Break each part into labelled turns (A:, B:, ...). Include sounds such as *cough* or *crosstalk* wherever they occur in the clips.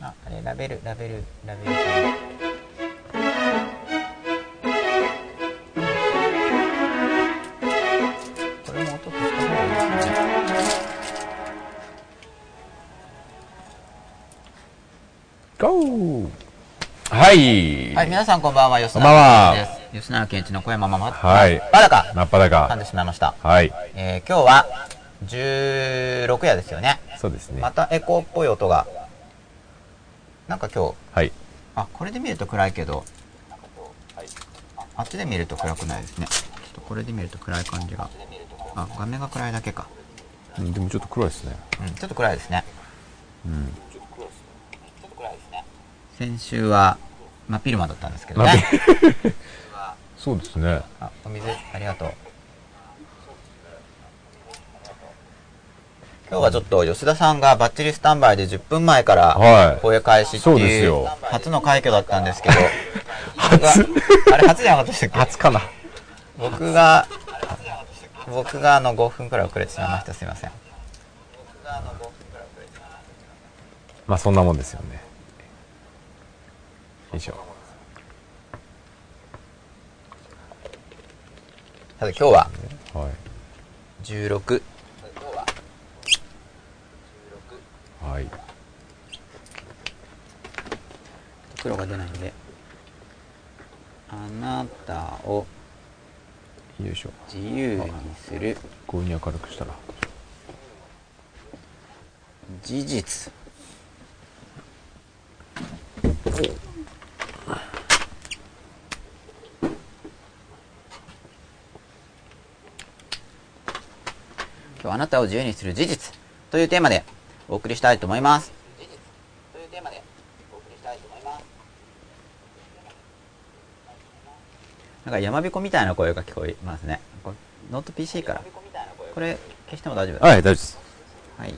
A: ああれラベルラベルラベルこれも音消した方がいいですね
B: ゴーはい、
A: はい皆さんこんばんは吉
B: こんばんは
A: 永健一です吉永健一の小山ママ
B: はい
A: まだか
B: 真っ裸
A: 噛んでしまいました、
B: はい
A: えー今日は16夜ですよね
B: そうですね
A: またエコーっぽい音がなんか今日
B: はい
A: あこれで見ると暗いけどあっちで見ると暗くないですねちょっとこれで見ると暗い感じがあ画面が暗いだけか、
B: うんでもちょっと黒いですね
A: うん、ちょっと暗いですね
B: うん
A: 先週は真っ昼間だったんですけど
B: まあ
A: ね
B: そうですね
A: あお水ありがとう今日はちょっと吉田さんがバッチリスタンバイで10分前から
B: はい
A: 声開始って
B: そうです
A: いう
B: よ
A: 初の快挙だったんですけ
B: *laughs*
A: ど僕があれ初じゃなかったでしたっけ
B: 初かな
A: 僕が僕があの5分くらい遅れてしまいましたすいません
B: まあそんなもんですよねよいしょ
A: ただ今日は
B: はい
A: 16
B: はい
A: 黒が出ないのであなたを
B: よいしょ
A: 自由にする
B: 強に明るくしたら
A: 事実今日あなたを自由にする事実というテーマでお送りしたいと思いますなんか山彦みたいな声が聞こえますねこれノート PC からこれ消しても大丈夫ですか
B: はい大丈夫です
A: はい。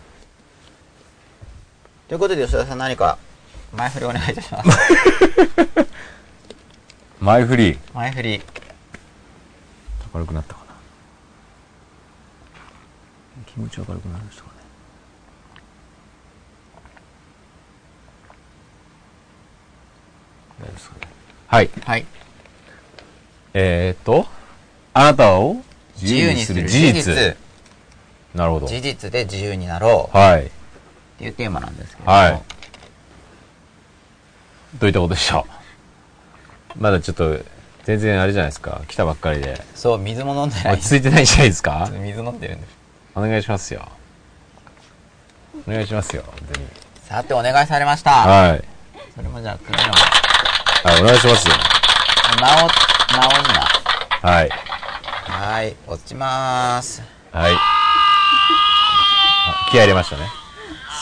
A: ということで、吉田さん何か、前振りお願いいたし
B: *laughs*
A: ます。
B: 前振り
A: 前振り。
B: 明るくなったかな気持ち明るくなりましたかね大丈夫ですかねはい
A: はい。
B: えー、っとあなたを自由にする事実
A: 事
B: なるほど
A: 実。事実で自由になろう。
B: はい
A: っていうテーマなんですけれども。
B: はいどういったことでしょうまだちょっと全然あれじゃないですか来たばっかりで
A: そう、水も飲んでない。
B: 落ち着いてないじゃないですか
A: 水飲んでるんです。
B: お願いしますよお願いしますよ本当に
A: さて、お願いされました。
B: はい
A: それもじゃあ、組むの。
B: はいお願いしますよ
A: なお、なおにな。
B: はい
A: はい。落ちまーす。
B: はいあ気合い入れましたね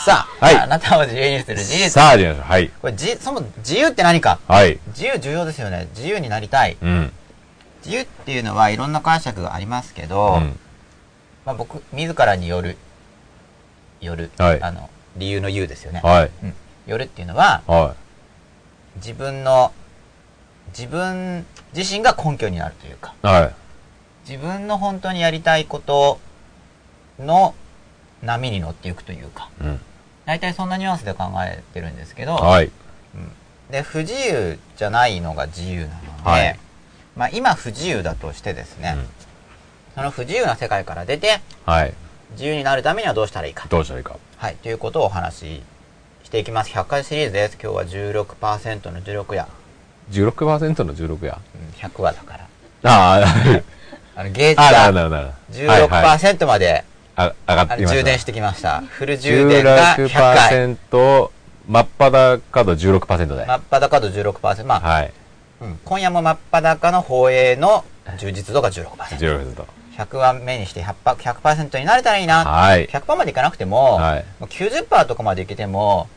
A: さあ、
B: はい
A: あなたを自由にする事実。
B: さあ始めましょうはい
A: これ、じ、そも、自由って何か
B: はい
A: 自由重要ですよね。自由になりたい。
B: うん
A: 自由っていうのはいろんな解釈がありますけ
B: う
A: ど、
B: ん
A: まあ、僕自らによるよる、
B: はい
A: あの理由の言うですよね、
B: はい
A: うん、よるっていうのは
B: は
A: 自分の自分自身が根拠になるというか
B: いはい
A: 自分の本当にやりたいことの波に乗っていくというか
B: うん
A: 大体そんなニュアンスで考えてるんですけど、
B: はい
A: で不自由じゃないのが自由なので、
B: はい
A: まあ、今不自由だとしてですね、
B: うん
A: その不自由な世界から出て
B: はい
A: 自由になるためにはどうしたらいいか
B: どうしたらいいか
A: はい、ということをお話ししていきます。100回シリーズです。今日は16%の16夜、
B: 16%の16や
A: うん、100話だから。
B: あー
A: あの、ゲージ
B: あなる
A: が
B: ほどなるほどはいはい
A: 16%まで
B: あ上
A: あ
B: がってき
A: の
B: ました
A: 充電してきました。フル充電が100回。
B: 16%真っ裸度16%で、
A: 真っ裸と16%。まあ、
B: はい
A: うん今夜も真っ裸の放映の充実度が16%。
B: 16%
A: 100話目にして100%パ100%になれたらいいな。
B: はい
A: 100%までいかなくても、
B: はい
A: もう90%とかまでいけても、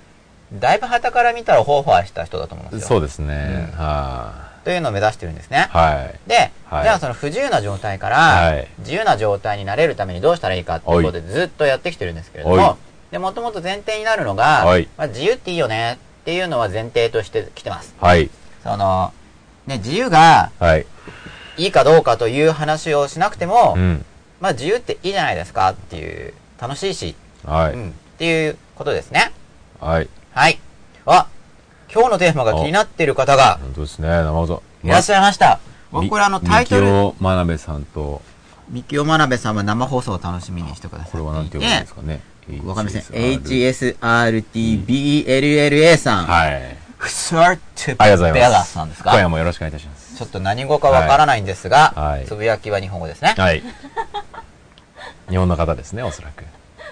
A: だいぶ旗から見たらホーホーした人だと思うんですよ。
B: そうですね、は
A: というのを目指してるんですね。
B: いはい
A: で、
B: はい
A: じゃあその不自由な状態から、
B: はい
A: 自由な状態になれるためにどうしたらいいかっていうことでずっとやってきてるんですけれど
B: はい
A: も、で、もともと前提になるのが、
B: はい
A: まあ、自由っていいよねっていうのは前提としてきてます。
B: はい
A: その、ね、自由が
B: はい
A: いいかどうかという話をしなくても、
B: うん
A: まあ自由っていいじゃないですかっていう、楽しいし、
B: はい、
A: うん、っていうことですね。
B: はい
A: はい。あ今日のテーマが気になっている方が
B: 本当ですね、生放送。
A: いらっし
B: ゃい。
A: ゃいました。僕これあのタイトル、
B: を真鍋さんと、
A: 三木尾真鍋さんは生放送を楽しみにしてください。
B: これは何て呼ぶんですかね。
A: ねわかりません。
B: HSR
A: HSRTBLLA さん。
B: はい。
A: フスワルトゥ
B: ありがとうございま
A: ベ
B: す。
A: ラさんですか
B: 今夜もよろしくお願いいたします。
A: ちょっと何語かわからないんですが、
B: はいはい
A: つぶやきは日本語ですね。 *laughs*
B: はい。日本の方ですね、おそらく。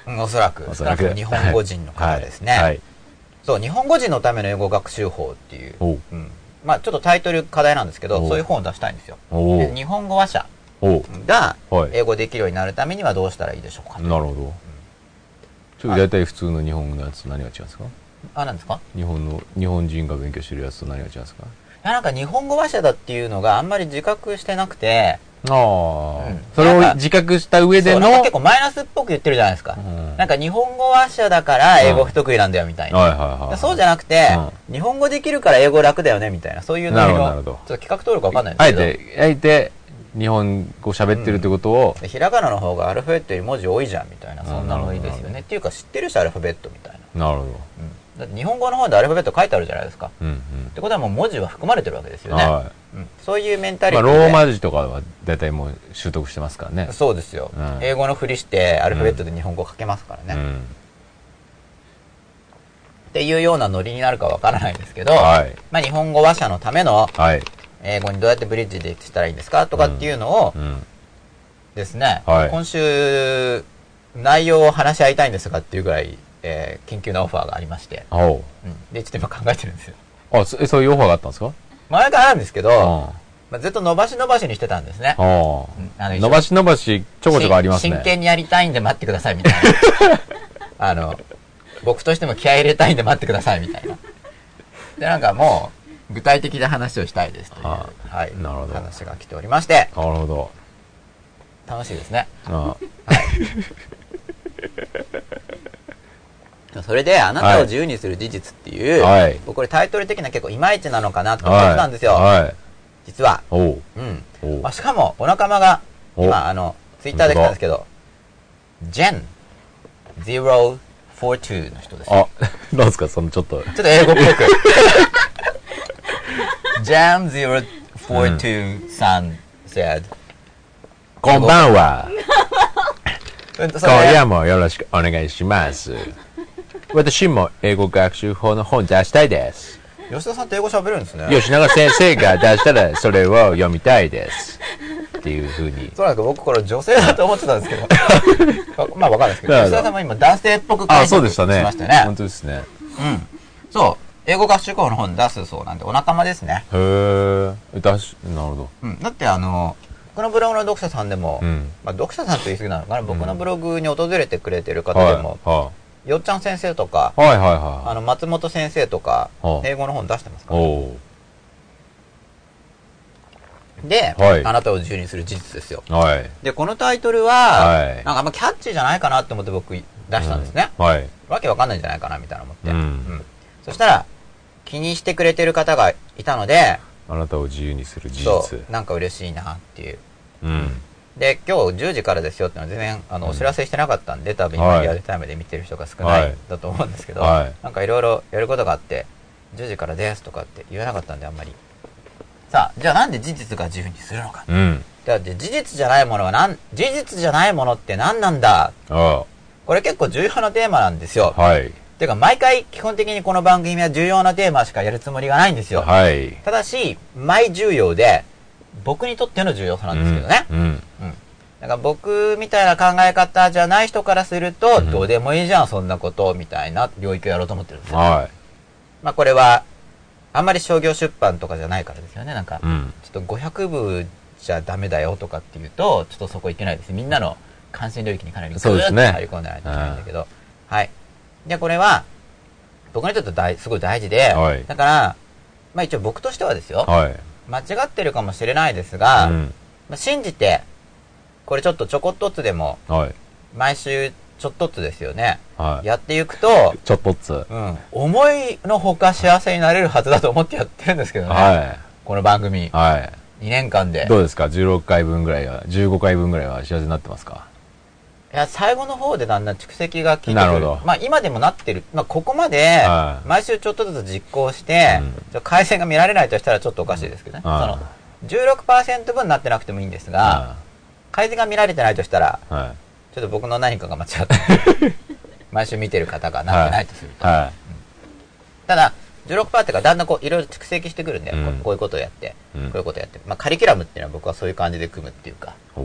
A: うんおそらく。
B: おそらく。
A: 日本語人の方ですね、
B: はいはい。
A: そう、日本語人のための英語学習法っていう、
B: おう
A: うんまあちょっとタイトル課題なんですけ
B: お
A: ど、
B: う
A: そういう本を出したいんですよ。
B: お
A: で
B: う
A: 日本語話者
B: おう
A: が
B: はい
A: 英語できるようになるためにはどうしたらいいでしょうか。
B: なるほど。ちょっと大体普通の日本語のやつと何が違うんですか
A: あ、なんですか
B: 日本の、日本人が勉強してるやつと何が違うんですか
A: いやなんか日本語話者だっていうのがあんまり自覚してなくて、
B: ああ、
A: うん
B: それを自覚した上で
A: そう
B: の、
A: なんか結構マイナスっぽく言ってるじゃないですか。
B: うん
A: なんか日本語話者だから英語不得意なんだよみたいな。
B: はいはいはい。
A: そうじゃなくて、
B: う
A: 日本語できるから英語楽だよねみたいな、そういうの
B: なるほどなるほど
A: ちょっと企画登録わかんないんで
B: あ
A: す
B: え
A: けど、
B: て、あえて、日本語喋ってるってことを、
A: でひらがなの方がアルファベットより文字多いじゃんみたいな、そんなのいいです
B: なるほど
A: よ
B: なる
A: ね。っていうか知ってるし、アルファベットみたいな。
B: なるほど。
A: うん、だって日本語の方でアルファベット書いてあるじゃないですか。っ
B: うん
A: てことはもう文字は含まれてるわけです
B: うん。
A: よね。
B: は
A: うん、そういうメンタ
B: い。
A: リ
B: ま
A: テ
B: あ、
A: ィ
B: ロ
A: で、
B: ーマ字とかは大体もう習得してますからね。
A: そうですよ、
B: うん
A: 英語のふりしてアルファベットで日本語書けますからね。っ
B: う
A: ていうようなノリになるかわからないんですけど、
B: ん。はい。
A: まあ、日本語話者のための
B: はい。
A: 英語にどうやってブリッジでしたらいいんですかとかっていうのを
B: うん。
A: ですね、
B: はい
A: 今週内容を話し合いたいんですがっていうぐらい、えー緊急なオファーがありまして、
B: おう
A: うんでちょっと今考えてるんですよ
B: あ、そえそういうオファーがあったんですか
A: 前からあるんですけど、
B: あ
A: まあ、ずっと伸ばし伸ばしにしてたんですね
B: あ。あ
A: うん
B: あ
A: あの
B: 伸ばし伸ばし、ちょこちょこあります
A: 真真
B: ね。
A: 剣にやりたいんで待ってくださいみたい *laughs* なあの僕としても気合い入れたいんで待ってくださいみたいなでなんかもう具体的な話をしたいですという、
B: あ
A: はい、
B: なるほど
A: 話が来ておりまして
B: なるほど。
A: 楽しいですね *laughs*
B: あ
A: それで、あなたを自由にする事実っていう、
B: はい
A: 僕これタイトル的な結構いまいちなのかなと思って
B: はい。
A: たんですよ。
B: はい。
A: 実は。
B: おう。
A: うん。
B: おう
A: まあ、。しかも、お仲間が、
B: お
A: 今、あの、ツイッターで来たんですけど、ジェン042の人です。ちょ
B: あ、なんですか、そのちょっと。
A: っと英語っぽく。ジェン042さん said,
B: こんばんは。
A: うんとそれ
B: 今夜もよろしくお願いします。私も英語学習法の本出したいです。
A: 吉田さんって英語喋るんですね。
B: 吉永先生が出したらそれを読みたいです。っていうふうに。
A: そうなんです僕これ女性だと思ってたんです
B: *laughs*
A: けど。わまあわかんないですけど、
B: なるほ
A: 吉
B: ど
A: 田さんも今男性っぽく解釈しましたよね。
B: 本当ですね。
A: うん。そう。英語学習校の本出すそうなんで、お仲間ですね。
B: へー。出し、なるほど。
A: うん。だってあの、僕のブログの読者さんでも、
B: うん。
A: まあ読者さんと言い過ぎなのかな、僕のブログに訪れてくれてる
B: はい。
A: 方でも、
B: は
A: よっちゃん先生とか、
B: いはいはい
A: あ
B: はい。
A: の、松本先生とか
B: は、い
A: 英語の本出してますから。
B: おう
A: で、
B: はい
A: あなたを自由にする事実ですよ。
B: はい。
A: で、このタイトルは、
B: はい
A: なんかあんまキャッチーじゃないかなって思って僕出したんですね。
B: う。はい。
A: わけわかんないんじゃないかなみたいな思って。
B: うん
A: そしたら、気にしてくれてる方がいたので、
B: あなたを自由にする事
A: そ
B: 実。
A: う、なんか嬉しいなっていう。
B: うん。
A: で、今日10時からですよっていうのは全然あの、
B: うん
A: お知らせしてなかったんで、多分
B: は
A: 今
B: い
A: リアルタイムで見てる人が少
B: は
A: ないいだと思うんですけど、
B: はい
A: なんかいろいろやることがあって、10時からですとかって言わなかったんであんまり。さあ、じゃあなんで事実が自由にするのか。
B: うん。
A: だって事実じゃないものはなん、事実じゃないものって何なんだ
B: あ
A: これ結構重要なテーマなんですよ。
B: あ。はい。
A: ていうか毎回基本的にこの番組は重要なテーマしかやるつもりがないんですよ。
B: はい。
A: ただし、毎重要で、僕にとっての重要さなんですけどね。
B: うん。うん。
A: なんか僕みたいな考え方じゃない人からすると、
B: ん
A: どうでもいいじゃん、そんなこと、みたいな領域をやろうと思ってるんですよ。
B: は
A: まあこれは、あんまり商業出版とかじゃないからですよね。なんか、
B: い。うん。
A: ちょっと500部じゃダメだよとかっていうと、ちょっとそこいけないです。みんなの関心領域にかなりグー
B: そうで
A: ッ
B: す
A: と
B: ね
A: 入り込んでないといけないんだけど。はい。じゃあこれは、僕にとって大すごい大事で、
B: はい
A: だから、まあ一応僕としてはですよ、
B: はい。
A: 間違ってるかもしれないですが、
B: うん。
A: まあ、信じて、これちょっとちょこっとずつでも、
B: はい。
A: 毎週ちょっとずつですよね。
B: はい。
A: やっていくと、
B: ちょっとずつ。は
A: うん、思いのほか幸せになれるはずだと思ってやってるんですけどね。
B: い。
A: この番組、2
B: はい。
A: 年間で。
B: どうですか ?16 回分ぐらいは、15回分ぐらいは幸せになってますか
A: いや、最後の方でだんだん蓄積が効いてくる。
B: なるほど
A: まあ今でもなってる。まあここまで
B: は、い
A: 毎週ちょっとずつ実行して
B: うん、
A: ちょっと回線が見られないとしたらちょっとおかしいですけどね。その
B: は、
A: 16%分なってなくてもいいんですが、回線が見られてないとしたら、
B: い。は
A: ちょっと僕の何かが間違って、
B: *laughs*
A: 毎週見てる方がなってないとする
B: い。
A: と。
B: は
A: ただ、16%っていうかだんだんこういろいろ蓄積してくるんだよ。
B: うん
A: こうこういうことをやって、
B: うん
A: こういうことをやって。まあカリキュラムっていうのは僕はそういう感じで組むっていうか、
B: い。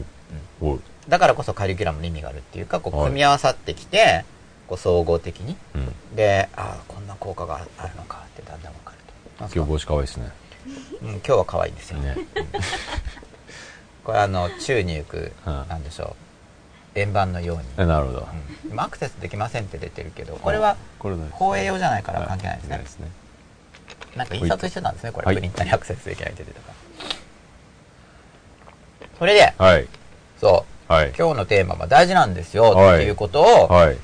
B: おお
A: だからこそカリキュラムに意味があるっていうか、こう
B: はい
A: 組み合わさってきて、こう総合的に。
B: うん。
A: で、ああ、こんな効果がああるのかってだんだんわかると。
B: 今日帽子可愛いですね。
A: うん、今日は可愛いんですよ。
B: ね。 *laughs*
A: これあの、宙に行く、
B: うん
A: なんでしょう、円盤のように。
B: えなるほど。
A: うん、今アクセスできませんって出てるけど、これは
B: これだね
A: 放映用じゃないから関係ないですね
B: は。すね。
A: なんか印刷してたんですね、こ
B: は
A: れ。プ
B: い
A: リンターにアクセスできないって出てたから。それで、
B: はい。
A: そう、
B: はい。
A: 今日のテーマは大事なんですよ、
B: はい
A: っていうことを
B: はい。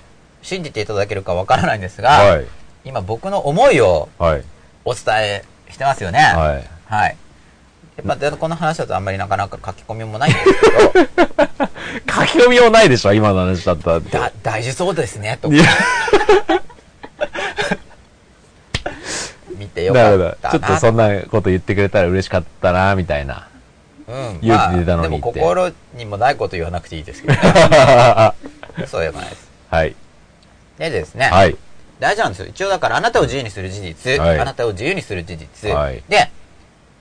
A: 信じていただけるかわからないんですが、
B: はい。
A: 今僕の思いを
B: はい。
A: お伝えしてますよね。はい。 *laughs*
B: はい。
A: やっぱでこの話だとあんまりなかなか書き込みも
B: *laughs*
A: ないんですけど、
B: 書き込みようないでしょ今の話だったらって。
A: だ、大事そうですね、と
B: いや
A: 見てよ
B: な
A: か
B: る
A: っ
B: ほ
A: た
B: ど。
A: な。
B: ちょっとそんなこと言ってくれたら嬉しかったな、みた
A: *laughs*
B: いな。
A: うん。
B: 勇気出たの
A: まあで
B: に
A: も
B: って
A: 心にもないこと言わなくていいです
B: *laughs*
A: けど、
B: は
A: そういうことないです。
B: い。
A: でですね、
B: はい。
A: 大事なんですよ。一応だからあなたを自由にする事実、
B: はい
A: あなたを自由にする事実、
B: はい
A: で、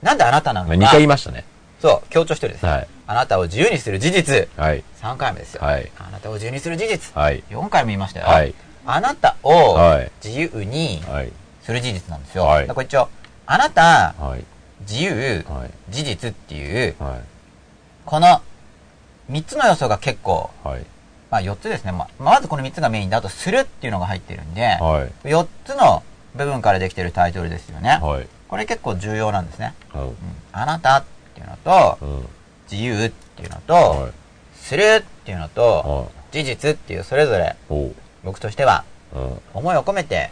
A: なんであなたなのか、
B: 2回言いましたね。
A: そう、強調してるんです、
B: はい。
A: あなたを自由にする事実、
B: はい。
A: 3回目ですよ。
B: はい
A: あなたを自由にする事実、
B: はい。
A: 4回も言いましたよ。
B: はい。
A: あなたを
B: はい
A: 自由に
B: はい。
A: する事実なんですよ。
B: はい
A: だから一応、あなた、
B: はい。
A: 自由、
B: はい。
A: 事実っていう、
B: はい。
A: この3つの要素が結構、
B: はい。
A: まあ4つですね。まあ、まずこの3つがメインだとするっていうのが入ってるんで、
B: はい。
A: 4つの部分からできてるタイトルですよね。
B: はい。
A: これ結構重要なんですね。
B: はい。
A: うんあなたっていうのと
B: う、ん。
A: 自由っていうの
B: は
A: と、
B: い。
A: するっていうのと、
B: はい。
A: 事実っていうそれぞれ
B: おう。
A: 僕としては
B: うん。
A: 思いを込めて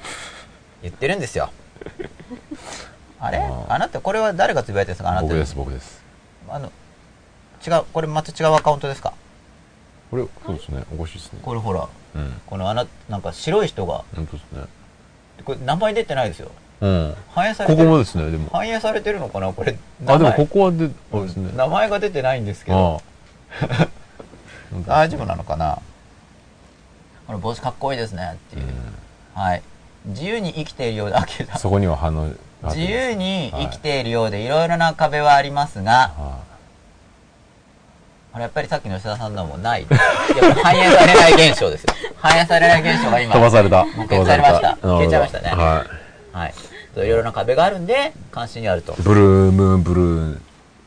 A: 言ってるんですよ。あれ
B: あー
A: あなたこれは誰がつぶやいてるんですかあなた
B: 僕です、僕です。
A: あの、違う、これまた違うアカウントですか
B: これ、そうですね。おかしいですね。
A: これほら、
B: うん。
A: このあな、なんか白い人が、
B: 本当ですね。
A: これ名前出てないですよ。
B: うん。
A: 反映され
B: こ
A: て
B: こ
A: る。
B: もですね、でも。
A: 反映されてるのかなこれ、
B: あ、
A: 名
B: でも
A: 前
B: ここはで、あれですね。
A: 名前が出てないんですけど、
B: あ
A: *laughs*
B: あ。
A: 大丈夫なのかなこの帽子かっこいいですねって
B: う
A: いう。
B: ん。
A: はい。自由に生きているようで、あ、消えた
B: そこには反応。
A: 自由に生きているようでいろいろな壁はありますが、
B: は
A: これやっぱりさっきの吉田さんのもない。いやこれ反映されない現象ですよ。反映されない現象が
B: い。
A: 今。
B: 飛ばされた。
A: 消え
B: 飛ばされ
A: ちゃいました
B: なるほど
A: 消えちゃいましたね
B: は
A: はい。いろいろな壁があるんで、関心にあると。
B: い。ブルームーンブルーン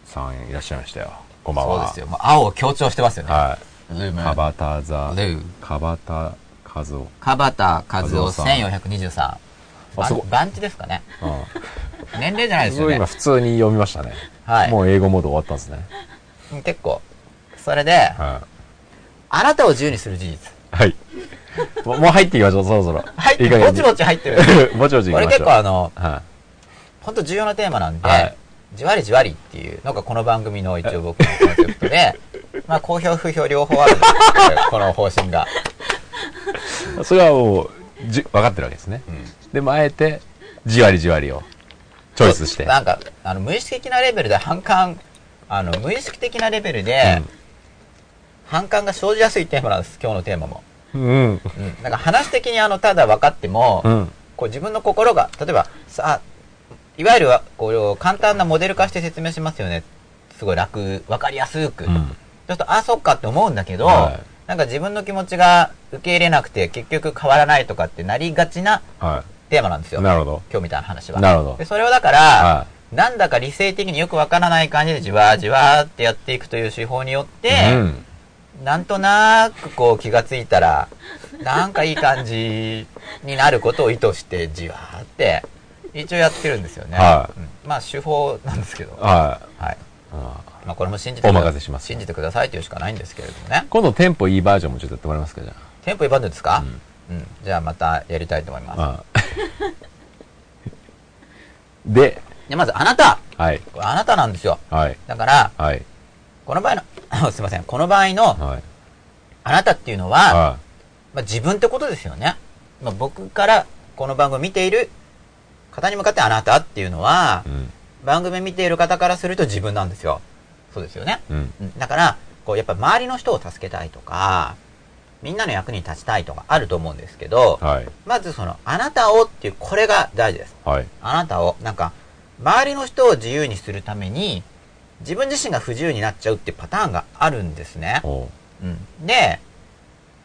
B: さんいらっしゃいましたよ。こんばん
A: そう
B: は。
A: ですよ。もう青を強調してますよね。
B: は
A: ズー
B: い。
A: ム。
B: カバタザ
A: ルー、
B: カバタカズオ。
A: カバタ和夫
B: 和夫さん
A: 1423。
B: あそこ
A: バンチですかね。年齢じゃないです
B: す
A: よ
B: ごい
A: ね
B: 今。普通に読みましたね。
A: はい
B: もう英語モード終わったんですね。
A: うん結構。それで、
B: は
A: あなたを自由にする事実。
B: い。
A: *laughs*
B: はい。もうもう入ってきましょう、そろそろ。
A: 入って
B: いい加減
A: ぼ
B: に
A: ちぼち入ってる。
B: *laughs* ぼちぼちいき
A: こ
B: まし
A: れ
B: ょう。
A: 結構あの、
B: は
A: 本当重要なテーマなんで、
B: はい
A: じわりじわりっていうのがこの番組の一応僕のコンセプト
B: *laughs*
A: で、まあ好評不評両方あるんですけどこの方針が。
B: い。それはもう、じ、分かってるわけですね。でも、あえて、じわりじわりを、チョイスして。
A: なんか、あの、無意識的なレベルで反感、あの、無意識的なレベルで、反感が生じやすいテーマなんです、今日のテーマも。
B: うん。うん。
A: うん。なんか話的にあの、ただ分かっても、
B: うん。
A: こう自分の心が、例えば、さあ、いわゆるは、こう、簡単なモデル化して説明しますよね。すごい楽、分かりやすく。
B: うん
A: ちょっと、あ、そっかって思うんだけど、
B: はい
A: なんか自分の気持ちが受け入れなくて結局変わらないとかってなりがちな
B: は
A: テーマなんですよ。
B: い。なるほど。
A: 今日みたいな話は。
B: なるほど
A: でそれをだから、
B: は
A: なんだか理性的によくわからない感じでじわーじわーってやっていくという手法によって、
B: い。うん。
A: なんとなくこう気がついたら、なんかいい感じになることを意図してじわーって、一応やってるんですよね。
B: はい
A: うんまあ手法なんですけど。は。
B: はいい。うん
A: まあこれも信じてくだ
B: お任せします
A: 信じてくださいというしかないんですけれどもね。
B: 今度テンポいいバージョンもちょっとやってもらえますかじゃ
A: テンポイバンドですか、うん、じゃあまたやりたいと思います。
B: あ。うん。で、
A: で、まずあなた
B: はい、
A: これあなたなんですよ。
B: はい、
A: だから、
B: はい、
A: *laughs* この場合の、すいません。この場合の
B: はい、
A: あなたっていうのは、
B: は
A: まあ、自分ってことですよね。まあ、僕からこの番組を見ている方に向かってあなたっていうのは、
B: い。うん。
A: 番組見ている方からすると自分なんですよ。そうですよね。
B: うん。
A: うんだから、こう、やっぱ周りの人を助けたいとか、みんなの役に立ちたいとかあると思うんですけど、
B: はい。
A: まずその、あなたをっていう、これが大事です。
B: はい。
A: あなたを、なんか、周りの人を自由にするために、自分自身が不自由になっちゃうっていうパターンがあるんですね。
B: おう
A: うん、で、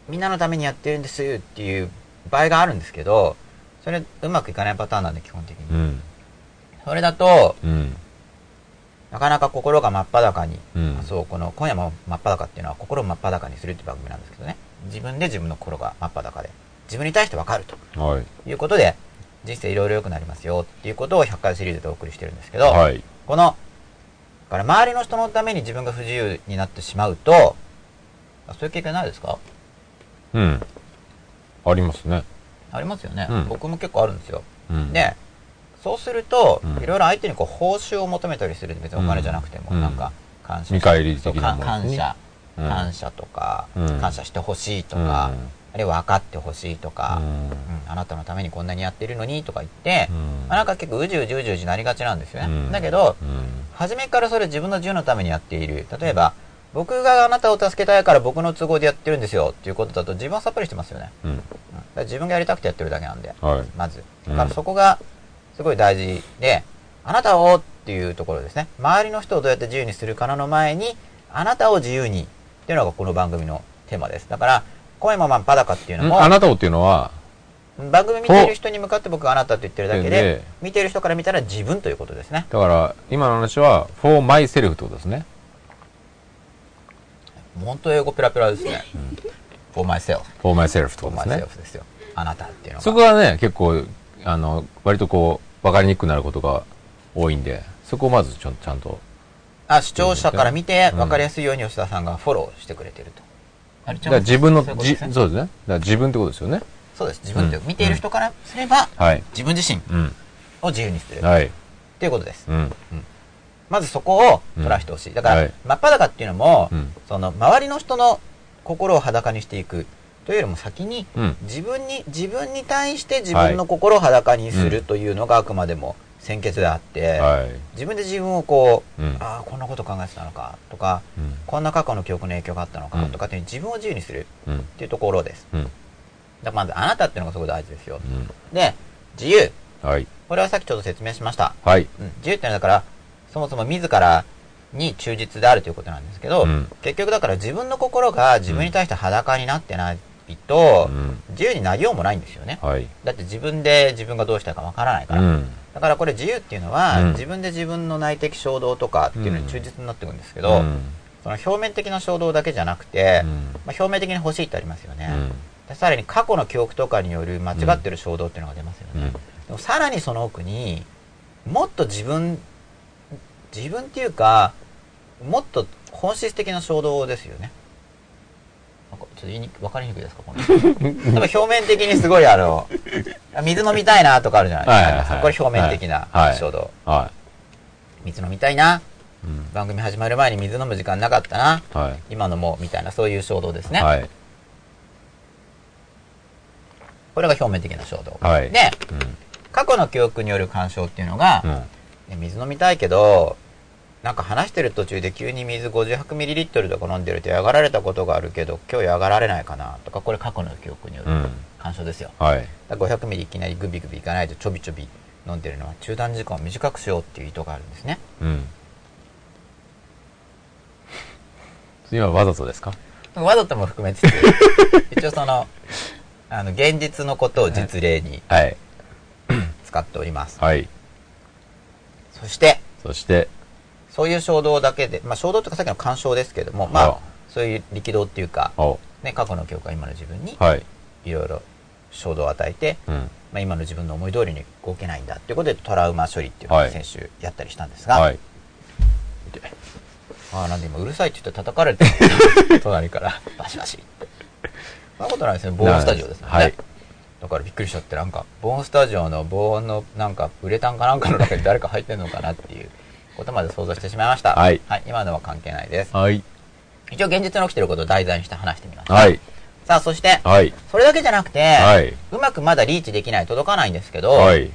A: みんなのためにやってるんですっていう場合があるんですけど、それうまくいかないパターンなんで基本的
B: う
A: に。
B: ん。
A: それだと、
B: うん。
A: なかなか心が真っ裸に、
B: うん
A: そう、この今夜も真っ裸っていうのは心を真っ裸にするっていう番組なんですけどね。自分で自分の心が真っ裸で、自分に対してわかると
B: はい。
A: いうことで、人生いろいろ良くなりますよっていうことを100回シリーズでお送りしてるんですけど、
B: はい。
A: この、だから周りの人のために自分が不自由になってしまうと、あそういう経験ないですか
B: うん。ありますね。
A: ありますよね、
B: うん
A: 僕も結構あるんですよ、
B: うん。
A: でそうすると、
B: うん
A: いろいろ相手にこう報酬を求めたりするんで別にお金じゃなくても、
B: うん
A: なんか感謝
B: 見返り
A: そう
B: 的な
A: か
B: もの
A: 感
B: ですね
A: 謝、
B: うん
A: 感謝とか、
B: うん
A: 感謝してほしいとか、
B: うん
A: あるいは分かってほしいとか、
B: う
A: うん
B: ん
A: あなたのためにこんなにやってるのにとか言って、
B: うん
A: まあなんか結構うじうじうじうじなりがちなんですよね、
B: うん
A: だけど
B: うん
A: 初めからそれ自分の自由のためにやっている例えば僕があなたを助けたいから僕の都合でやってるんですよっていうことだと自分はさっぱりしてますよね、
B: うん。
A: うん、だから自分がやりたくてやってるだけなんで
B: はい。
A: まず。
B: うん
A: だからそこがすごい大事で、あなたをっていうところですね。周りの人をどうやって自由にするかなの前に、あなたを自由にっていうのがこの番組のテーマです。だから、声もまんぱだかっていうの
B: ん
A: も、
B: あなたをっていうのは、
A: 番組見ている人に向かって僕があなたって言ってるだけ
B: で
A: で
B: で、
A: 見ている人から見たら自分ということですね。
B: だから、今の話は、for myself ってことですね。
A: 本当英語ペラペラですね。for myself。
B: for myself ってこと
A: for
B: ですね。
A: myself ですよ。あなたっていうの
B: そ
A: が。
B: こはね、結構、あの、割とこう、わかりにくくなることが多いんで、そこをまずちょちゃんと。
A: あ、視聴者から見て
B: うん
A: 分かりやすいように吉田さんがフォローしてくれてると。あれ
B: だから自分の、
A: そういうこと
B: じ
A: ですね
B: そうですね。だから自分ってことですよね。
A: そうです。自分という
B: うん
A: 見ている人からすれば、
B: はい。
A: 自分自身
B: うん。
A: を自由にする。
B: はい。
A: っていうことです。
B: うん。
A: まずそこを捉えてほしい。だから、
B: はい
A: 真っ裸っていうのも、
B: うん
A: その、周りの人の心を裸にしていく。というよりも先に、
B: うん
A: 自分に、自分に対して自分の心を裸にす
B: はいうん
A: るというのがあくまでも先決であって、
B: はい。
A: 自分で自分をこう、
B: うん
A: ああ、こんなこと考えてたのか、とか、
B: うん
A: こんな過去の記憶の影響があったのか、
B: うん
A: とかっていう自分を自由にする
B: うん。
A: っていうところです。
B: うん。
A: だからまずあなたっていうのがすごい大事ですよ。
B: う
A: で、自由。
B: ん。はい。
A: これはさっきちょっと説明しました。
B: はい。
A: うん自由ってのはだから、そもそも自らに忠実であるということなんですけど、
B: うん
A: 結局だから自分の心が自分に対して裸になってないと、
B: うん
A: 自由になりようもないんですよね。
B: はい。
A: だって自分で自分がどうしたいかわからないか
B: う
A: ら。
B: ん。
A: だからこれ自由っていうのは、
B: うん
A: 自分で自分の内的衝動とかっていうのに忠実になってくるんですけど、
B: うん
A: その表面的な衝動だけじゃなくて、
B: うん
A: まあ、表面的に欲しいってありますよね。
B: うん
A: でさらに過去の記憶とかによる間違ってる衝動っていうのが出ますよね。
B: うん
A: でもさらにその奥にもっと自分自分っていうかもっと本質的な衝動ですよねなんかちょっと言いにく分かりにくいですか
B: *laughs*
A: この例えば表面的にすごいあの水飲みたいなとかあるじゃないですか、
B: はいはいはい
A: これ表面的な
B: はいはい
A: 衝動、
B: は。
A: 水飲みたいない
B: うん
A: 番組始まる前に水飲む時間なかったな
B: は
A: 今のもうみたいなそういう衝動です
B: い。
A: ね、
B: はい。
A: これが表面的な衝動、
B: はい
A: で
B: うん
A: 過去の記憶による干渉っていうのが、
B: うん。
A: ね水飲みたいけど、なんか話してる途中で急に水 500ml とか飲んでると嫌がられたことがあるけど、今日嫌がられないかなとか、これ過去の記憶によ
B: う
A: る
B: ん。
A: 干渉ですよ。
B: はい。
A: だから 500ml いきなりグビグビいかないとちょびちょび飲んでるのは中断時間を短くしようっていう意図があるんですね。
B: うん。今わざとですか
A: わざとも含めつつ、
B: *laughs*
A: 一応その、あの、現実のことを実例に
B: はい。
A: 使っております。
B: はい。
A: そして、
B: そして、
A: そういう衝動だけで、まあ衝動というかさっきの干渉ですけども、ま
B: あ
A: あ
B: あ、
A: そういう力道っていうか、
B: 青。
A: ね、過去の記憶が今の自分に
B: はい。
A: いろいろ衝動を与えて、
B: うん。
A: まあ、今の自分の思い通りに動けないんだっていうことでトラウマ処理っていうの
B: は
A: を
B: い
A: 先週やったりしたんですが、
B: はい。
A: ああなんで今うるさいって言って叩か
B: *laughs*
A: れてた隣からバシバシってそんなことないですね防音スタジオですもんね、
B: はい
A: だからびっくりしちゃってなんか防音スタジオの防音のなんかウレタンかなんかの中に誰 *laughs* か入ってんのかなっていうことまで想像してしまいました
B: はい
A: 今のは関係ないです
B: はい。
A: 一応現実に起きてることを題材にして話してみました。
B: はい。
A: さあ、そして、
B: はい。
A: それだけじゃなくて、
B: はい。
A: うまくまだリーチできない、届かないんですけど、
B: はい。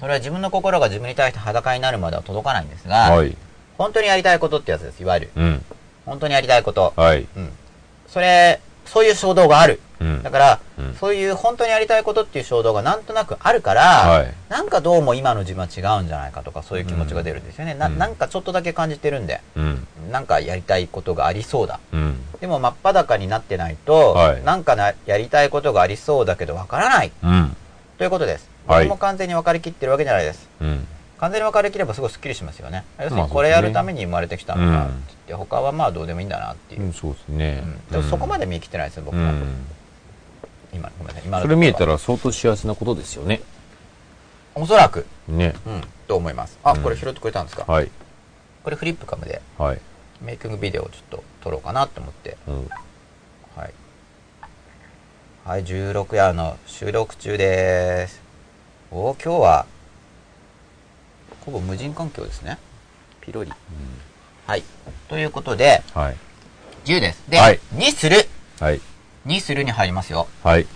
A: それは自分の心が自分に対して裸になるまでは届かないんですが、
B: はい。
A: 本当にやりたいことってやつです、いわゆる。
B: うん。
A: 本当にやりたいこと。
B: はい。
A: うん。それ、そういう衝動がある。
B: うん
A: だ。から、
B: うん
A: そういう本当にやりたいことっていう衝動がなんとなくあるから、
B: はい
A: なんかどうも今の自分は違うんじゃないかとか、そういう気持ちが出るんですよね。な
B: うん
A: なんかちょっとだけ感じてるんで、
B: うん。
A: なんかやりたいことがありそうだ。
B: うん。
A: でも真っ裸になってないと、
B: はい
A: なんかなやりたいことがありそうだけどわからない
B: うん。
A: ということです。
B: はい
A: 僕も完全に分かりきってるわけじゃないです。
B: うん。
A: 完全に分かりきればすごいスッキリしますよね。要する
B: まあ
A: にこれやるために生まれてきたのか
B: う
A: っ
B: ん
A: て言って、他はまあどうでもいいんだなっていうう。
B: ん、そうですね
A: うん。でもそこまで見切ってないですよ、
B: う
A: 僕は。
B: ん。
A: 今、ごめんなさい。今の
B: それ見えた
A: ら
B: ら相当幸せなことですよね。
A: おそらく、
B: ね。
A: うん、と思います。あ、
B: うん
A: これ拾ってくれたんですか、
B: はい。
A: これフリップカムで
B: はい。
A: メイキングビデオをちょっと撮ろうかなと思って。
B: うん。
A: はい。はい、16夜の収録中です。おー今日は、ほぼ無人環境ですね。ピロリ。はい。ということで、
B: はい。
A: 10です。で、
B: はい
A: にする。
B: はい。
A: にするに入りますよ。
B: はい。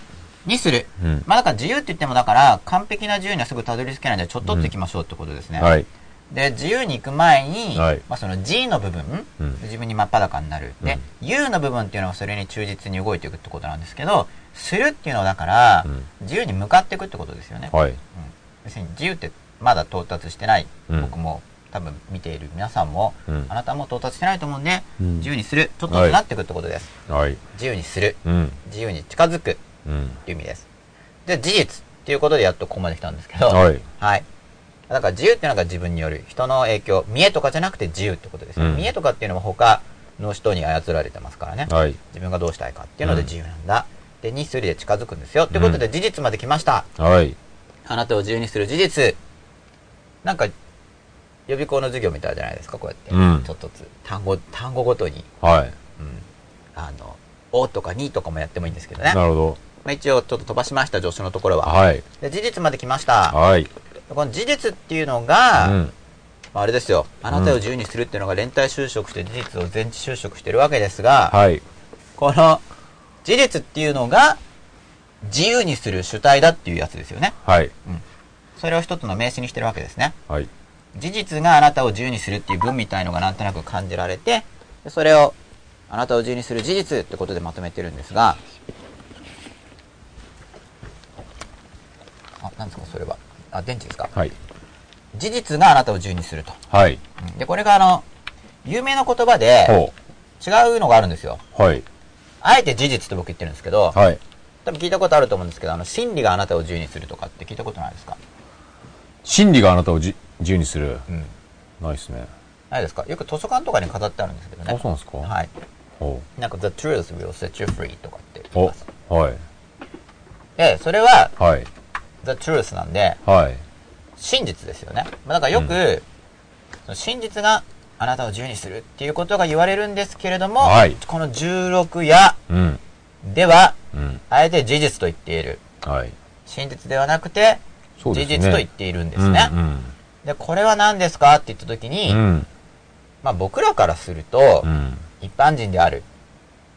A: にする。
B: うん。
A: まあだから自由って言ってもだから、完璧な自由にはすぐたどり着けないんで、ちょっとっていきましょうってことですね。
B: はい。
A: で、自由に行く前に、
B: はい
A: まあその G の部分、
B: うん
A: 自分に真っ裸になる。で、U の部分っていうのはそれに忠実に動いていくってことなんですけど、するっていうのはだから、
B: うん
A: 自由に向かっていくってことですよね。
B: はい。
A: うん別に自由ってまだ到達してない。
B: うん
A: 僕も多分見ている皆さんも、
B: うん
A: あなたも到達してないと思うんで、
B: うん
A: 自由にする。ちょっとずつなっていくってことです。
B: はい。
A: 自由にする。
B: うん。
A: 自由に近づく。
B: うん。
A: っていう意味です。で、事実っていうことでやっとここまで来たんですけど、。
B: はいい。
A: だから自由っていうのが自分による人の影響、見栄とかじゃなくて自由ってことですね。
B: うん
A: 見栄とかっていうのも他の人に操られてますからね。
B: はい。
A: 自分がどうしたいかっていうので自由なんだ。で、にすりで近づくんですよ。ということで事実まで来ました。
B: はい。
A: あなたを自由にする事実。なんか、予備校の授業みたいじゃないですか、こうやって。
B: うん
A: ちょっとずつ、単語、単語ごとに、
B: は
A: う
B: い。
A: んあの、おとかにとかもやってもいいんですけどね。
B: なるほど。
A: まあ、一応ちょっと飛ばしました、助手のところは。
B: はい。
A: で事実まで来ました。
B: はい。
A: この事実っていうのが、
B: うん。
A: まああれですよ。あなたを自由にするっていうのが連帯就職して事実を全置就職してるわけですが、
B: はい。
A: この事実っていうのが自由にする主体だっていうやつですよね。
B: はい。
A: それを一つの名詞にしてるわけですね。
B: はい。
A: 事実があなたを自由にするっていう文みたいのがなんとなく感じられて、でそれをあなたを自由にする事実ってことでまとめてるんですが、あ、なんですかそれは。あ、電池ですか
B: はい。
A: 事実があなたを自由にすると。
B: はい。
A: で、これがあの、有名な言葉で
B: ほ
A: 違うのがあるんですよ。
B: う。はい。
A: あえて事実と僕言ってるんですけど、
B: はい。
A: 多分聞いたことあると思うんですけど、あの、心理があなたを自由にするとかって聞いたことないですか
B: 心理があなたをじ自由にする。
A: うん。
B: ないですね。
A: ないですかよく図書館とかに飾ってあるんですけどね。
B: あ、そうなんですか
A: はい。
B: ほ
A: なんか、the truth will set you free とかって
B: う。
A: 言い
B: お
A: ます。。
B: はい。
A: で、それは
B: はい。
A: the truth なんで、
B: はい。
A: 真実ですよね。まあ、だからよく、その真実があなたを自由にするっていうことが言われるんですけれども、
B: はい
A: この16夜
B: うん。
A: では、
B: うん。
A: あえて事実と言っている。
B: はい。
A: 真実ではなくて、
B: そうですね。
A: 事実と言っているんですね。
B: うん。
A: で、これは何ですかって言った時に、
B: うん。
A: まあ僕らからすると、
B: うん。
A: 一般人である。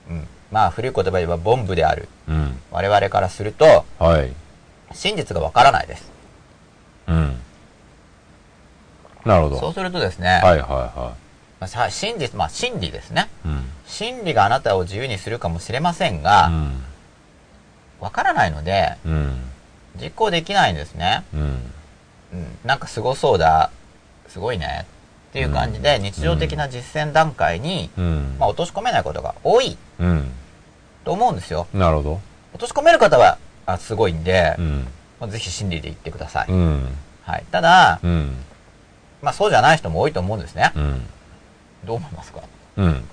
A: うん。まあ古い言葉で言えばボンブである。
B: うん。
A: 我々からすると、
B: はい。
A: 真実がわからないです。
B: うん。なるほど。
A: そうするとですね、
B: はいはいは
A: まあさ真実、まあ真理ですね。
B: い。うん。
A: 真理があなたを自由にするかもしれませんが、わからないので、
B: うん。うん。
A: 実行できないんですね。
B: うん。
A: うん。なんかすごそうだ。すごいね。っていう感じで、日常的な実践段階に、
B: うん。
A: まあ、落とし込めないことが多い
B: うん。
A: と思うんですよ。
B: なるほど。
A: 落とし込める方は、あすごいんで、
B: うん。
A: まあぜひ心理で言ってください。
B: うん。
A: はい。ただ、
B: うん。
A: まあ、そうじゃない人も多いと思うんですね。
B: うん。
A: どう思いますか
B: うん。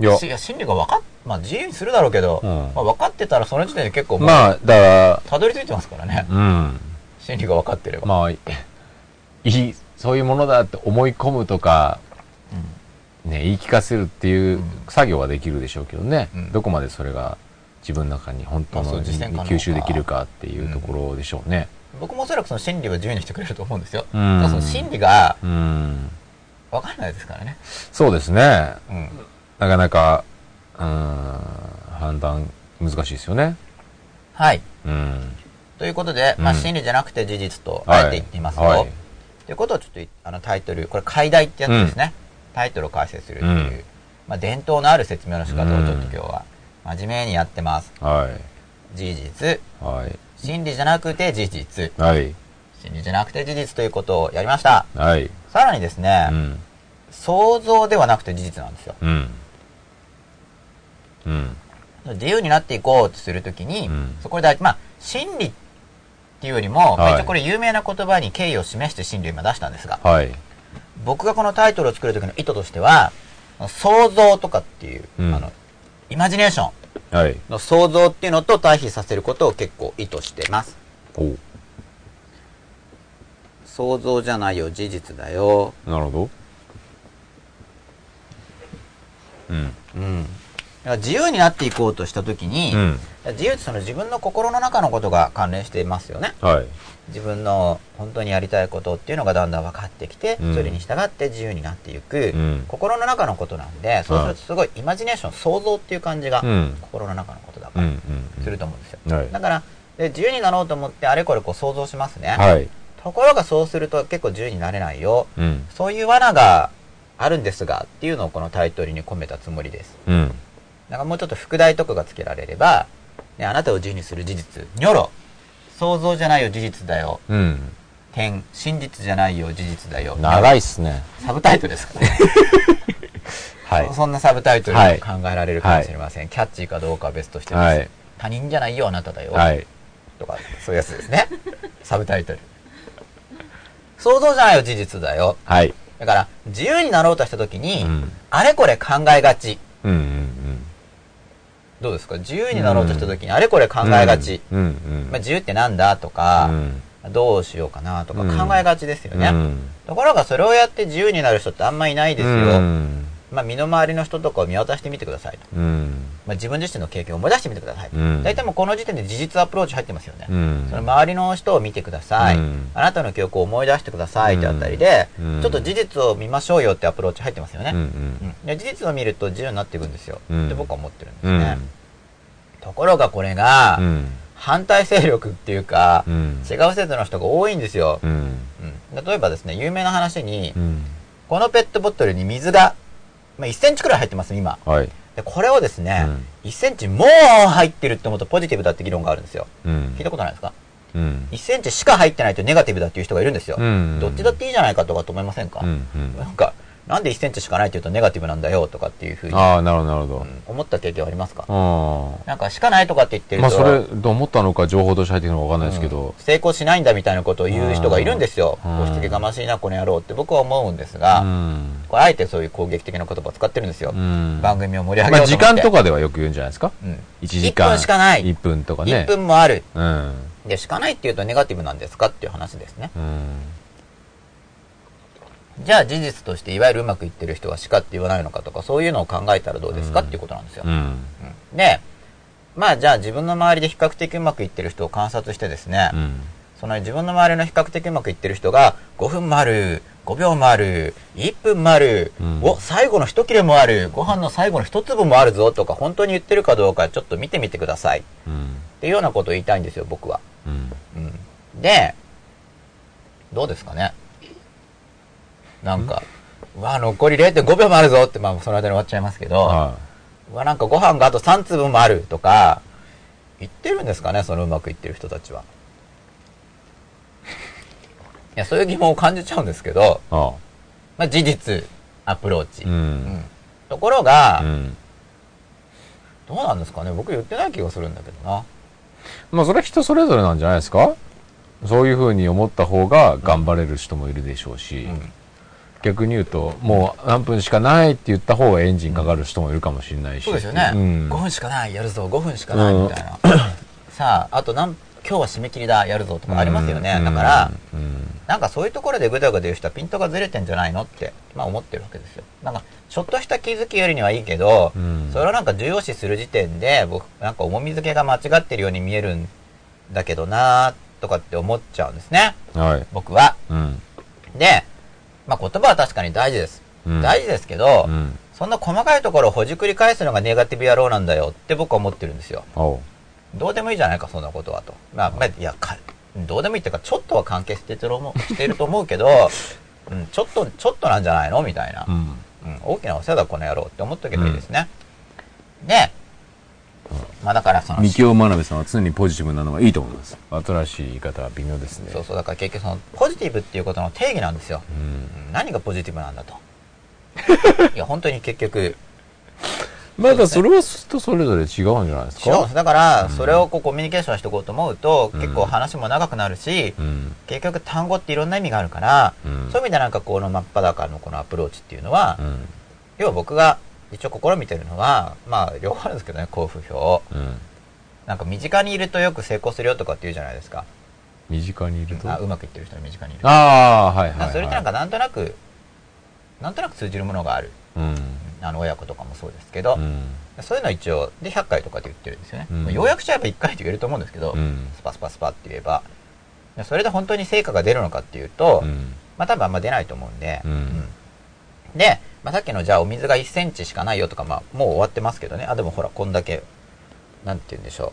B: いや
A: し、いや、心理が分かっ、まあ、自由にするだろうけど、
B: うん
A: まあ、分かってたらその時点で結構もう、
B: まあ、だか
A: たどり着いてますからね。
B: ら、うん。
A: 心理が分かってれば。
B: まあ、い *laughs* いい、そういうものだって思い込むとか、ね、言い聞かせるっていう作業はできるでしょうけどね、
A: うん
B: どこまでそれが自分の中に本
A: ま
B: 当
A: あそ
B: の
A: う実践可能か
B: 吸収できるかっていうところでしょうね。
A: 僕もおそらくその心理は自由にしてくれると思うんですよ。
B: う
A: た
B: ん。
A: だその心理が
B: うん。
A: 分からないですからね。
B: そうですね。
A: うん。
B: なかなか、うーん、判断難しいですよね。
A: はい。
B: うん。
A: ということで、まあ、
B: うん
A: 心理じゃなくて事実と、あえて言っていますよ。
B: はいはい
A: ということをちょっとい、あの、タイトル、これ、解題ってやつですね。タイトルを解説するっていう、
B: うん
A: まあ、伝統のある説明の仕方をちょっと今日は、真面目にやってます。
B: は
A: 事実、
B: い。はい。
A: 心理じゃなくて事実、
B: はい。
A: 心理じゃなくて事実ということをやりました。
B: はい。
A: さらにですね、
B: うん。
A: 想像ではなくて事実なんですよ。
B: うん。うん。
A: 自由になっていこうとするときに、
B: うん
A: そこで、まあ、心理っていうよりも、
B: はい
A: 一応これ有名な言葉に敬意を示して心理を今出したんですが、
B: はい。
A: 僕がこのタイトルを作るときの意図としては、想像とかっていう、
B: うん
A: あの、イマジネーション
B: はい。
A: の想像っていうのと対比させることを結構意図してます。
B: おう
A: 想像じゃないよ、事実だよ。
B: なるほど。うん。
A: うん。だから自由になっていこうとしたときに、
B: うん。
A: 自由ってその自分の心の中のことが関連していますよね。
B: はい。
A: 自分の本当にやりたいことっていうのがだんだん分かってきて、
B: うん
A: それに従って自由になっていく、
B: うん
A: 心の中のことなんでそうするとすごいイマジネーション想像っていう感じが、
B: うん
A: 心の中のことだか
B: うん。う
A: ら、
B: ん。
A: すると思うんですよ、
B: はい
A: だからで自由になろうと思ってあれこれこう想像しますね、
B: はい。
A: ところがそうすると結構自由になれないよ
B: うん。
A: そういう罠があるんですがっていうのをこのタイトルに込めたつもりです
B: うん。
A: だからもうちょっと副題とかがつけられれば、ね、あなたを自由にする事実ニョロ想像じゃないよ事実だよ
B: うん。
A: 点真実じゃないよ事実だよ
B: 長いっすね。
A: サブタイトルですかね、
B: はい
A: そ。そんなサブタイトルが
B: はい
A: 考えられるかもしれません、キャッチーかどうかは別としてです、
B: はい
A: 他人じゃないよあなただよ、
B: はい。
A: とかそういうやつですねサブタイトル想像じゃないよ事実だよ
B: はい。
A: だから自由になろうとした時に、
B: うん
A: あれこれ考えがち
B: うん。うん。
A: どうですか自由になろうとした時にあれこれ考えがち、
B: うん。うん。
A: まあ、自由ってなんだとか、
B: ん。
A: どうしようかなとか
B: うん
A: 考えがちですよね、
B: うん。
A: ところがそれをやって自由になる人ってあんまいないですよ、
B: うん。
A: まあ、身の回りの人とかを見渡してみてくださいと。
B: うん。
A: まあ、自分自身の経験を思い出してみてくださいと。
B: うん
A: 大体もうこの時点で事実アプローチ入ってますよね。
B: うん。
A: その周りの人を見てください、
B: うん
A: あなたの記憶を思い出してくださいってあたりで、
B: うん
A: ちょっと事実を見ましょうよってアプローチ入ってますよね。
B: うん。うん。
A: うんで事実を見ると自由になっていくんですよ、
B: うん
A: って僕は思ってるんです
B: うん。
A: ね。ところがこれが、
B: うん。
A: 反対勢力っていうか、
B: うん。
A: 違う制度の人が多いんですよ、
B: うん。
A: うん例えばですね、有名な話に、
B: うん。
A: このペットボトルに水が、まあ、1センチくらい入ってます、今。
B: はい。
A: で、これをですね、1センチもう入ってるって思うとポジティブだって議論があるんですよ。
B: うん。
A: 聞いたことないですか
B: うん。
A: ?1 センチしか入ってないとネガティブだっていう人がいるんですよ。
B: うん。
A: どっちだっていいじゃないかとかと思いませんか、
B: うん。うん。
A: なんか、なんで1センチしかないって言うとネガティブなんだよとかっていうふうに、
B: ああ、なるほど、なるほ
A: う
B: ど。
A: ん思った経験はありますか
B: ああ。
A: なんか、しかないとかって言ってる
B: まあ、
A: と、
B: それ、どう思ったのか情報として入ってくるのかわかんないですけ
A: うん
B: ど。
A: 成功しないんだみたいなことを言う人がいるんですよ。
B: うん
A: 押しつけがましいな、この野郎って僕は思うんです
B: う
A: が、
B: ん。
A: これあえてそういう攻撃的な言葉を使ってるんですよ。
B: うん。
A: 番組を盛り上げ
B: ま
A: よ
B: あ、
A: うと思
B: 時
A: って。
B: 間とかではよく言うんじゃないですか
A: うん。
B: ?1 時間。
A: 1分しかない
B: 1分とかね。
A: 1分もある。
B: うん。
A: で、しかないっていうとネガティブなんですかっていう話ですね。
B: うん。
A: じゃあ事実としていわゆるうまくいってる人はしかって言わないのかとか、そういうのを考えたらどうですかっていうことなんですよ
B: う。ん。
A: うんで、まあじゃあ自分の周りで比較的うまくいってる人を観察してですね、
B: うん。
A: その自分の周りの比較的うまくいってる人が5分もある、5秒もある、1分もある、
B: うん
A: お、最後の一切れもある、ご飯の最後の一粒もあるぞとか、本当に言ってるかどうかちょっと見てみてください。っ
B: うん。
A: ていうようなことを言いたいんですよ、僕は。
B: うん。
A: うん、で、どうですかねなんか、うわ、残り0.5秒もあるぞって、まあ、その間に終わっちゃいますけど、
B: は
A: うわ、なんかご飯があと3粒もあるとか、言ってるんですかねそのうまくいってる人たちは。いや、そういう疑問を感じちゃうんですけど、
B: い。ああ。
A: まあ、事実、アプローチ。
B: う。
A: うんんところが、
B: うん。
A: どうなんですかね僕言ってない気がするんだけどな。
B: まあ、それは人それぞれなんじゃないですかそういうふうに思った方が頑張れる人もいるでしょうし、
A: うん
B: 逆に言うと、もう何分しかないって言った方がエンジンかかる人もいるかもしれないし。
A: そうですよね、
B: うん。
A: 5分しかないやるぞ5分しかないみたい
B: *coughs*
A: な、さああとなん今日は締め切りだやるぞとかありますよね、
B: うん
A: だから、、
B: うん。
A: なんかそういうところでグダグダ言う人はピントがずれてんじゃないのって、まあ、思ってるわけですよなんかちょっとした気づきよりにはいいけど、
B: うん
A: それをなんか重要視する時点で僕なんか重みづけが間違ってるように見えるんだけどなとかって思っちゃうんですね
B: はい。
A: 僕は
B: うん。
A: で、まあ、言葉は確かに大事です、
B: うん
A: 大事ですけど、
B: うん。
A: そんな細かいところをほじくり返すのがネガティブ野郎なんだよって僕は思ってるんですよ。
B: おう
A: どうでもいいじゃないか、そんなことはと。まあ、まあ、いや、かどうでもいいっていうか、ちょっとは関係してると思うしてると思うけ *laughs* ど、うん、ちょっと、ちょっとなんじゃないのみたいな
B: う。ん。
A: うん、大きなお世話だ、この野郎って思っとけばいいですね。で、まあだからその、
B: 三清真鍋さんは常にポジティブなのがいいと思います。新しい言い方は微妙ですね。
A: そうそう、だから結局その、ポジティブっていうことの定義なんですよ。
B: うん。
A: うん何がポジティブなんだと。いや、本当に結局、
B: まだそれは人それぞれ違うんじゃないです
A: 違うんで
B: か
A: す。だから、
B: うん
A: それをこうコミュニケーションしていこうと思うと、
B: うん
A: 結構話も長くなるし、
B: うん。
A: 結局単語っていろんな意味があるから、
B: うん
A: そういう意味でなんかこの真っ裸のこのアプローチっていうのは、
B: うん。
A: 要は僕が一応試みてるのは、まあ両方あるんですけどね、交付表。
B: うん。
A: なんか身近にいるとよく成功するよとかって言うじゃないですか。
B: 身近にいると。
A: あ
B: あ
A: うまくいってる人に身近にいる。
B: あー、はいは
A: な
B: い、
A: ん
B: は
A: か
B: い。
A: それってなんかなんとなく、なんとなく通じるものがある。
B: うん。
A: あの親子とかもそうですけど、
B: うん。
A: そういうのは一応、で100回とかで言ってるんですよね。
B: うん
A: まあ要約しちゃえば1回って言えると思うんですけど、
B: うん。
A: スパスパスパって言えば、それで本当に成果が出るのかっていうと、
B: うん。
A: まあ多分あんま出ないと思うんで、
B: うん
A: うんで、まあ、さっきのじゃあお水が1センチしかないよとか、まあもう終わってますけどね。あ、でもほら、こんだけ、なんて言うんでしょ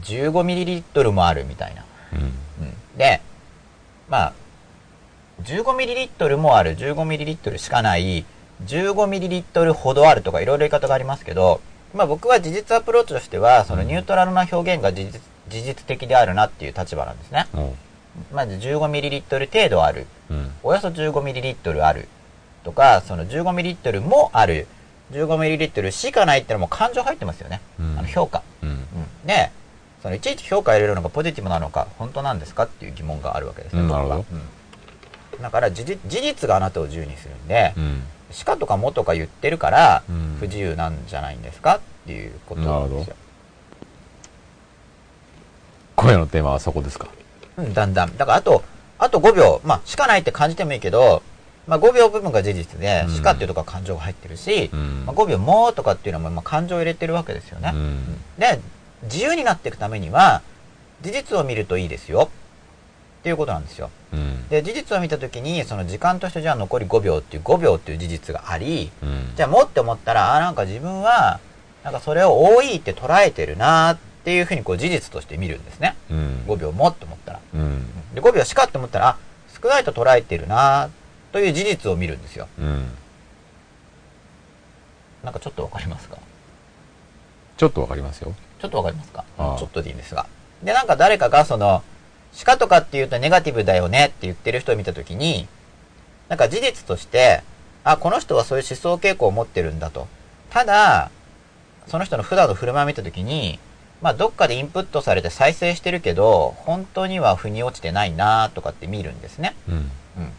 A: う。15ミリリットルもあるみたいな。
B: うん。
A: うんで、まあ、15ミリリットルもある、15ミリリットルしかない、15ミリリットルほどあるとかいろいろ言い方がありますけど、まあ僕は事実アプローチとしては、そのニュートラルな表現が事実事実的であるなっていう立場なんですね。
B: おう
A: まず15ミリリットル程度ある、
B: うん。
A: およそ15ミリリットルあるとか、その15ミリリットルもある、15ミリリットルしかないってのはもう感情入ってますよね。
B: うん
A: あの評価。
B: うん。
A: で、そのいちいち評価入れるのがポジティブなのか、本当なんですかっていう疑問があるわけですね、
B: うん
A: 僕は
B: なるほ
A: うんだから事実、事実があなたを自由にするんで
B: う、ん。
A: しかとかもとか言ってるから
B: うん、
A: 不自由なんじゃないんですかっていうことなんですよ。
B: 今夜のテーマはそこですか。
A: うん、だんだん。だからあと、あと5秒、まあ、しかないって感じてもいいけど、まあ、5秒部分が事実で
B: う、ん
A: しかっていうとこは感情が入ってるし、
B: うん。
A: まあ、5秒もとかっていうのも、まあ、感情を入れてるわけですよね。
B: うん。
A: で、自由になっていくためには、事実を見るといいですよ。っていうことなんですよ。
B: うん。
A: で、事実を見たときに、その時間としてじゃあ残り5秒っていう5秒っていう事実があり、
B: うん。
A: じゃあもって思ったら、あ、なんか自分は、なんかそれを多いって捉えてるなっていうふうにこう事実として見るんですね。
B: うん。
A: 5秒もって思ったら。
B: うん。
A: で、5秒しかって思ったら、あ、少ないと捉えてるなという事実を見るんですよ。
B: うん。
A: なんかちょっとわかりますか
B: ちょっとわかりますよ。
A: ちょっとわかりますか
B: ああ
A: ちょっとでいいんですが。で、なんか誰かがその、鹿とかって言うとネガティブだよねって言ってる人を見たときに、なんか事実として、あ、この人はそういう思想傾向を持ってるんだと。ただ、その人の普段の振る舞いを見たときに、まあどっかでインプットされて再生してるけど、本当には腑に落ちてないなとかって見るんですね。
B: うん。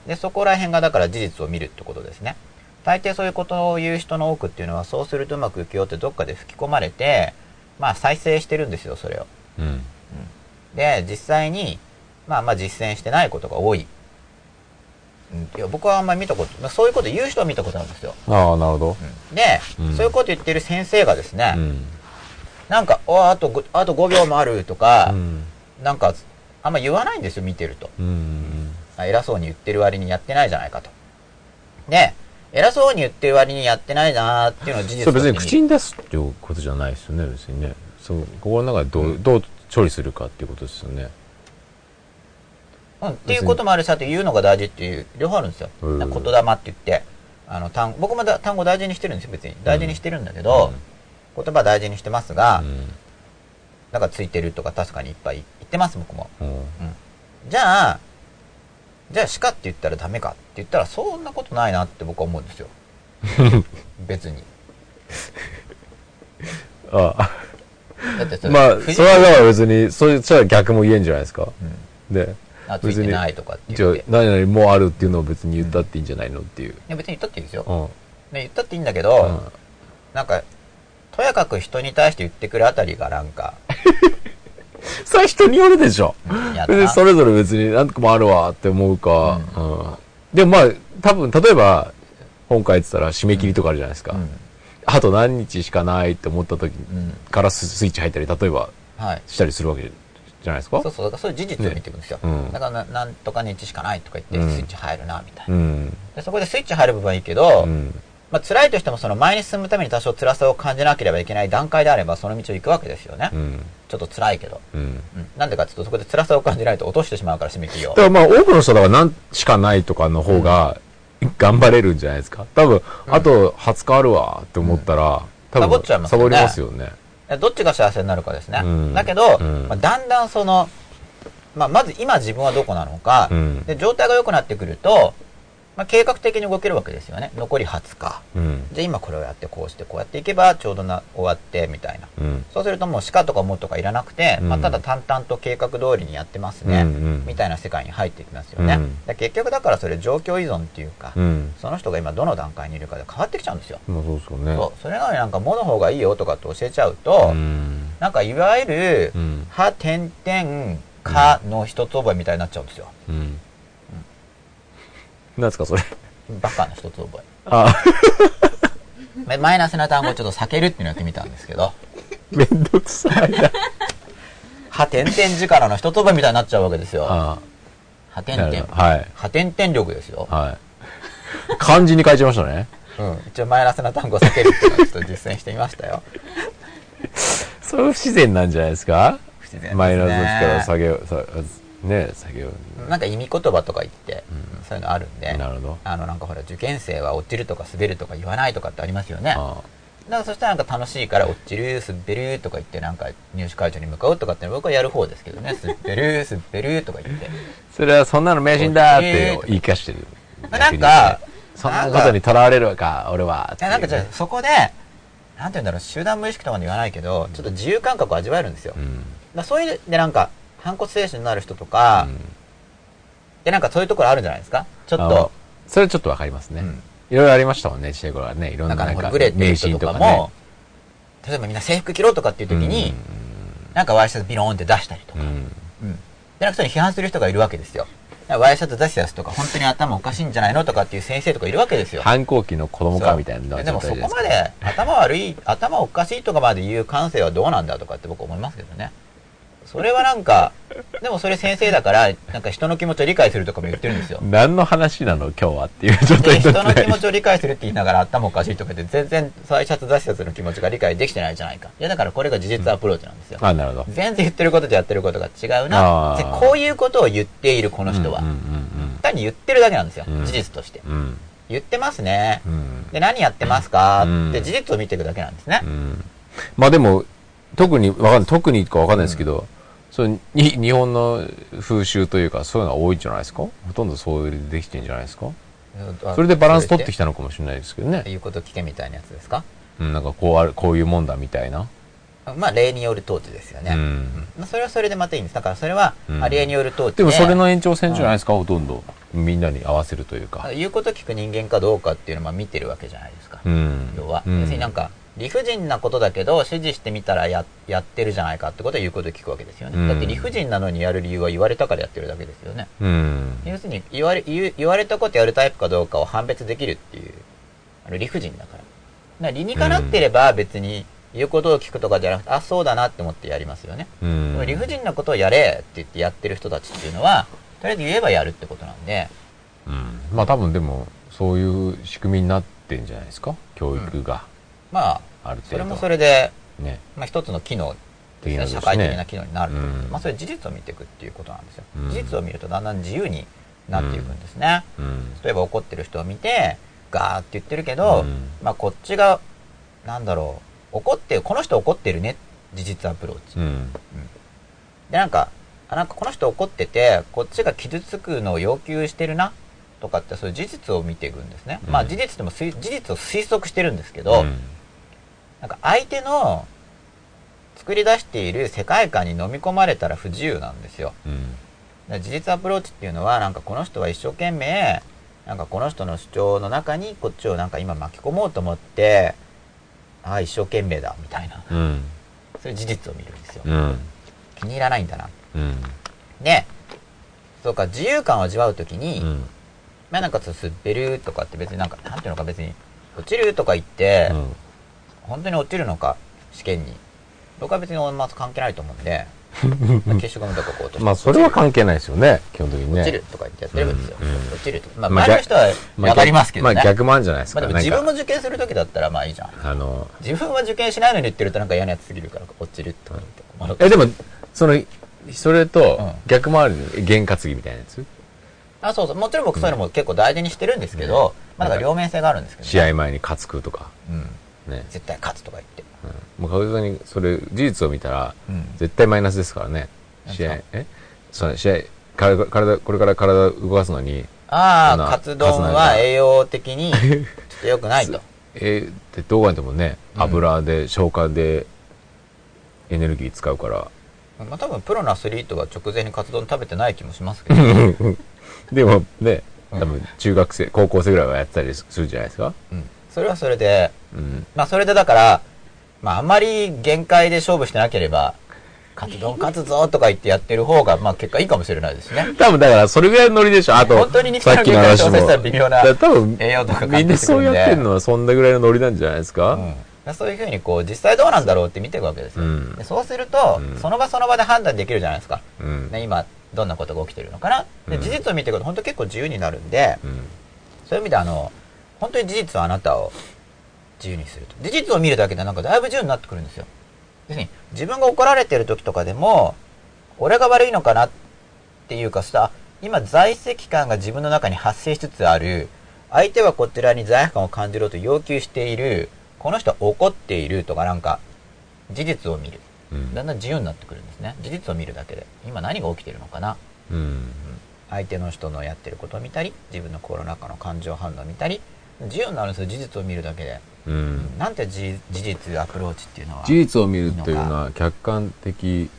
A: で、そこら辺がだから事実を見るってことですね。大抵そういうことを言う人の多くっていうのは、そうするとうまくいくよってどっかで吹き込まれて、まあ再生してるんですよ、それを。
B: うん。
A: で、実際に、まあまあ実践してないことが多い。うんいや僕はあんまり見たこと、まあ、そういうこと言う人は見たことあるんですよ。
B: ああ、なるほど。
A: で、
B: うん
A: そういうこと言ってる先生がですね、
B: うん。
A: なんか、おあとご、あと5秒もあるとか
B: う、ん。
A: なんか、あんま言わないんですよ、見てると。
B: うん。
A: あ偉そうに言ってる割にやってないじゃないかと。で、偉そうに言ってる割にやってないなーっていうのを事実
B: そ
A: と
B: う
A: して
B: 別に
A: 見る
B: 口に出すっていうことじゃないですよね、別にね。そう、心の中でどう、どう処理するかっていうことですよね。
A: うん、っていうこともあるし、あと言うのが大事っていう、両方あるんですよ。
B: うん
A: なんか言霊って言って、あの単僕もだ単語大事にしてるんですよ、別に。大事にしてるんだけど、言葉大事にしてますが、なんかついてるとか確かにいっぱい言ってます、僕も。
B: うん。うん。
A: じゃあ、じゃあ、しかって言ったらダメかって言ったら、そんなことないなって僕は思うん
B: *laughs*
A: ですよ。別に。
B: ああ。
A: だってそれ、
B: まあ、
A: 不自
B: それはだから別に、それ、それは逆も言えんじゃないですか。
A: うん
B: で、
A: あついてないとかって
B: じゃ
A: 言
B: あ
A: って。い、
B: 何々もうあるっていうのを別に言ったっていいんじゃないのっていう。
A: や別に言ったっていいですよ。
B: う
A: ね、
B: ん。
A: 言ったっていいんだけど、
B: うん
A: なんか、とやかく人に対して言ってくるあたりがなんか、
B: それは人によるでしょ。
A: やった
B: でそれぞれ別に何とかもあるわって思うか、うんでもまあ多分例えば本書いてたら締め切りとかあるじゃないですか、
A: うん
B: あと何日しかないって思った時
A: うん
B: からススイッチ入ったり例えば
A: はい。
B: したりするわけじじゃないですか
A: そうそうだからそういう事実を見ていくんですよ、
B: ねうん
A: だからななんとか日しかないとか言っ
B: う
A: て
B: ん
A: スイッチ入るなみたいな、
B: うん。
A: でそこでスイッチ入る部分はいいけど、
B: うん。
A: まあ辛いとしてもその前に進むために多少辛さを感じなければいけない段階であればその道を行くわけですよね、
B: うん。
A: ちょっと辛いけど、
B: うん。
A: うん、なんでかっていうとそこで辛さを感じないと落としてしまうから締め切りを
B: だからまあ多くの人だから何しかないとかの方が頑張れるんじゃないですか。多分、あと20日あるわって思ったら、多分
A: サボっちゃいますよね
B: サボりますよね。
A: どっちが幸せになるかですね。
B: うん
A: だけど、
B: うん
A: まあ、だんだんその、まあ、まず今自分はどこなのか、
B: うん
A: で状態が良くなってくると、まあ、計画的に動けるわけですよね。残り20日。
B: うん。
A: じゃあ今これをやってこうしてこうやっていけばちょうどな終わってみたいな。
B: うん。
A: そうするともうしかとかもとかいらなくて、
B: うん
A: まあ、ただ淡々と計画通りにやってますね、
B: うんうん
A: みたいな世界に入っていきますよね。
B: うん
A: で結局だからそれ状況依存っていうか、
B: うん。
A: その人が今どの段階にいるかで変わってきちゃうんですよ。
B: まあそうですよね。
A: そうそれなのになんか「も」の方がいいよとかって教えちゃうと、
B: うん。
A: なんかいわゆる
B: う、ん。
A: は、点々、かの一つ覚えみたいになっちゃうんですよ。
B: うん。なんですか、それ。
A: バカの一つ覚
B: あ、 *laughs*
A: えま。マイナスな単語をちょっと避けるっていうのをやってみたんですけど、
B: めんどくさいな。
A: は、点々力の一つ覚えみたいになっちゃうわけですよ。は、
B: あ
A: 点
B: なる
A: 々。
B: ほどはい。
A: は、点々力ですよ。
B: はい。漢字に変えちゃいましたね。
A: うん。一応マイナスな単語を避けるっていうのをちょっと実践してみましたよ。
B: それ不自然なんじゃないですか
A: 不自然ですね
B: マイナスの力を下げ、さね、下げよう。
A: なんか意味言葉とか言って、そういうのあるんで、
B: なるほど
A: あの、なんかほら、受験生は落ちるとか滑るとか言わないとかってありますよね。
B: あ
A: なんかそしたらなんか楽しいから落ちる、滑るとか言ってなんか入試会場に向かうとかって僕はやる方ですけ *laughs* どね。滑る、滑るとか言って。
B: それはそんなの迷信だって言い返してる。
A: *laughs* なんか、
B: そんなことにとらわれるか、俺は。っていう
A: なんかじゃあそこで、なんて言うんだろう、集団無意識とまで言わないけど、ちょっと自由感覚を味わえるんですよ。
B: う
A: だか
B: ん。
A: らそういうでなんか、反骨精神のある人とか、でなんかそういうところあるんじゃないですかちょっと
B: あの、それちょっとわかりますね
A: うん。
B: いろいろありましたもんね、ちっちゃい頃はね。いろん
A: な
B: な
A: か
B: んな
A: ね、
B: ん
A: ほ、
B: から
A: グレてる
B: 迷
A: 人
B: 信
A: と
B: と
A: か
B: かね
A: も。、例えばみんな制服着ろとかっていう時に、なんかワイシャツビローンって出したりと
B: う
A: か。
B: ん。
A: うん。でなくそれに批判する人がいるわけですよ。だからワイシャツ出すやつとか、本当に頭おかしいんじゃないのとかっていう先生とかいるわけですよ。
B: 反抗期の子供
A: そう
B: かみたいな
A: でもそこま
B: 状態じゃない
A: で頭悪い、頭おかしいとかまで言う感性はどうなんだとかって僕思いますけどね。それはなんか、でもそれ先生だから、なんか人の気持ちを理解するとかも言ってるんですよ
B: *laughs* すか。何の話なの今日はっていう状
A: で、
B: 態にな
A: 人
B: ってな
A: の
B: い
A: 気持ちを理解するって言いながら頭おかしいとか言って全然ワイシャツ出すやつの気持ちが理解できてないじゃないか。いやだからこれが事実アプローチなんですよ。
B: *laughs* あ、なるほど。
A: 全然言ってることとやってることが違うな。
B: あ
A: で
B: ー
A: こういうことを言っているこの人は。
B: うん
A: 単に言ってるだけなんですよ、
B: うん
A: 事実として
B: うんうん
A: 言ってますね
B: うん。うん。
A: で何やってますか
B: うん
A: って事実を見ていくだけなんですね
B: う、ん。まあでも、特に、わかんない、特にかわかんないですけど、そう、に、日本の風習というか、そういうのは多いんじゃないですかほとんどそういうできてんじゃないですか
A: うん
B: それでバランス取ってき
A: た
B: たのかもしれないですけど
A: って
B: ね。
A: いうこと聞けみたいなやつですか
B: うん、なんかこうある、こういうもんだみたいな。
A: まあ例による統治ですよね、
B: うん。
A: まあ、それはそれでまたいいんですだからそれは、
B: うん
A: あ例による統治
B: でもそれの延長線じゃないですか、ほとんど。みんなに合わせるというか。
A: 言うこと聞く人間かどうかっていうのをまあ見てるわけじゃないですか、
B: うん。
A: 要は、
B: うん
A: 別になんか理不尽なことだけど指示してみたらややってるじゃないかってことは言うこと聞くわけですよね、
B: うん
A: だって理不尽なのにやる理由は言われたからやってるだけですよね、
B: うん。
A: 要するに言われ言う言われたことやるタイプかどうかを判別できるっていうあの理不尽だからだから理にかなってれば別に言うことを聞くとかじゃなくて、あそうだなって思ってやりますよね、
B: うん
A: でも理不尽なことをやれって言ってやってる人たちっていうのはとりあえず言えばやるってことなんで
B: うんまあ多分でもそういう仕組みになってんじゃないですか教育が
A: まあ
B: ある程度、
A: それもそれで、
B: ね
A: まあ、一つの機能です
B: 的
A: ね
B: なですね
A: 社会的な機能になると思うんです、
B: うん
A: まあ、それ事実を見ていくっていうことなんですよ、
B: うん
A: 事実を見るとだんだん自由になっていくんですね、
B: うん
A: 例えば怒ってる人を見てガーって言ってるけど、
B: うん
A: まあこっちがなんだろう怒ってこの人怒ってるね事実アプローチ、
B: うん
A: でなんかあなんかこの人怒っててこっちが傷つくのを要求してるなとかってそういう事実を見ていくんですね、
B: うん
A: まあ事実でも推事実を推測してるんですけど、
B: うん
A: なんか相手の作り出している世界観に飲み込まれたら不自由なんですよ、
B: うん
A: だから事実アプローチっていうのはなんかこの人は一生懸命なんかこの人の主張の中にこっちをなんか今巻き込もうと思ってああ一生懸命だみたいな
B: うん
A: そういう事実を見るんですよ
B: うん
A: 気に入らないんだな
B: うん
A: でそうか自由感を味わうときに、
B: うん
A: まあなんかそう滑るとかって別になんかなんていうのか別に落ちるとか言って、
B: *laughs*
A: 本当に落ちるのか試験に僕は別にまず関係ないと思うんで消しゴムとかこう落として
B: まあ、それは関係ないですよね、基本的にね。
A: 落ちるとか言ってやってればいいですよ、
B: うんうん
A: 落ちるとかまあ
B: まあ
A: 周りの人は
B: まあ
A: 分かりますけどね、
B: まあ、逆もあるんじゃないです
A: ま
B: か。
A: あでも自分も
B: なん
A: 受験する時だったらまあいいじゃん
B: かあの、
A: 自分は受験しないのに言ってるとなんか嫌なやつすぎるから落ちるとか言って困る
B: え、でも、その、それと
A: うん、
B: 逆もある、験担ぎみたいなやつ
A: あそうそうもちろん僕そういうのも結構大事にしてるんですけど、まあだから両面性があるんですけど、ね、
B: 試合前に担ぐとか、
A: うん
B: ね。
A: 絶対勝つとか言って
B: うん、もう確実に、それ、事実を見たら、
A: うん
B: 絶対マイナスですからね。試
A: なん
B: 合
A: か、
B: えその試合、体、体、これから体を動かすのに、
A: あ
B: そんな
A: あカツ丼は栄養的にちょっと良く
B: *laughs*
A: ないと
B: えー、ってどう考えてもね、
A: うん
B: 油で、消化で、エネルギー使うから。
A: まあ多分プロのアスリートが直前にカツ丼食べてない気もしますけ
B: *laughs*
A: ど、
B: でもね、
A: うん
B: 多分中学生、高校生ぐらいはやってたりするじゃないですか。
A: うんそれはそれで
B: うん。
A: まあそれでだから、まああんまり限界で勝負してなければ、カツ丼勝つぞとか言ってやってる方が、まあ結果いいかもしれないですね。
B: 多分だからそれぐらいのノリでしょ。あと、
A: 本当に肉体の限界を調整したら微妙な
B: だから多分
A: 栄養とか関係してくるんで
B: みんなそうやってんのはそんなぐらいのノリなんじゃないです
A: う
B: か。
A: んまあそういうふうにこう、実際どうなんだろうって見ていくわけですよ。
B: うん
A: でそうすると、
B: うん
A: その場その場で判断できるじゃないですか。
B: うん。うん。
A: ね、今、どんなことが起きてるのかな。で
B: うん
A: 事実を見ていくと本当結構自由になるんで、そういう意味であの、本当に事実はあなたを自由にすると。事実を見るだけでなんかだいぶ自由になってくるんですよ。要するに、自分が怒られてる時とかでも、俺が悪いのかなっていうかさ、今在籍感が自分の中に発生しつつある、相手はこちらに罪悪感を感じろと要求している、この人は怒っているとかなんか、事実を見る。
B: うん
A: だんだん自由になってくるんですね。事実を見るだけで。今何が起きてるのかな
B: うん。
A: 相手の人のやってることを見たり自分の心の中の感情反応を見たり自由になるんですよ事実を見るだけで、
B: うん。
A: なんてじ事実アプローチっていうのは
B: 事実を見るというのは客観的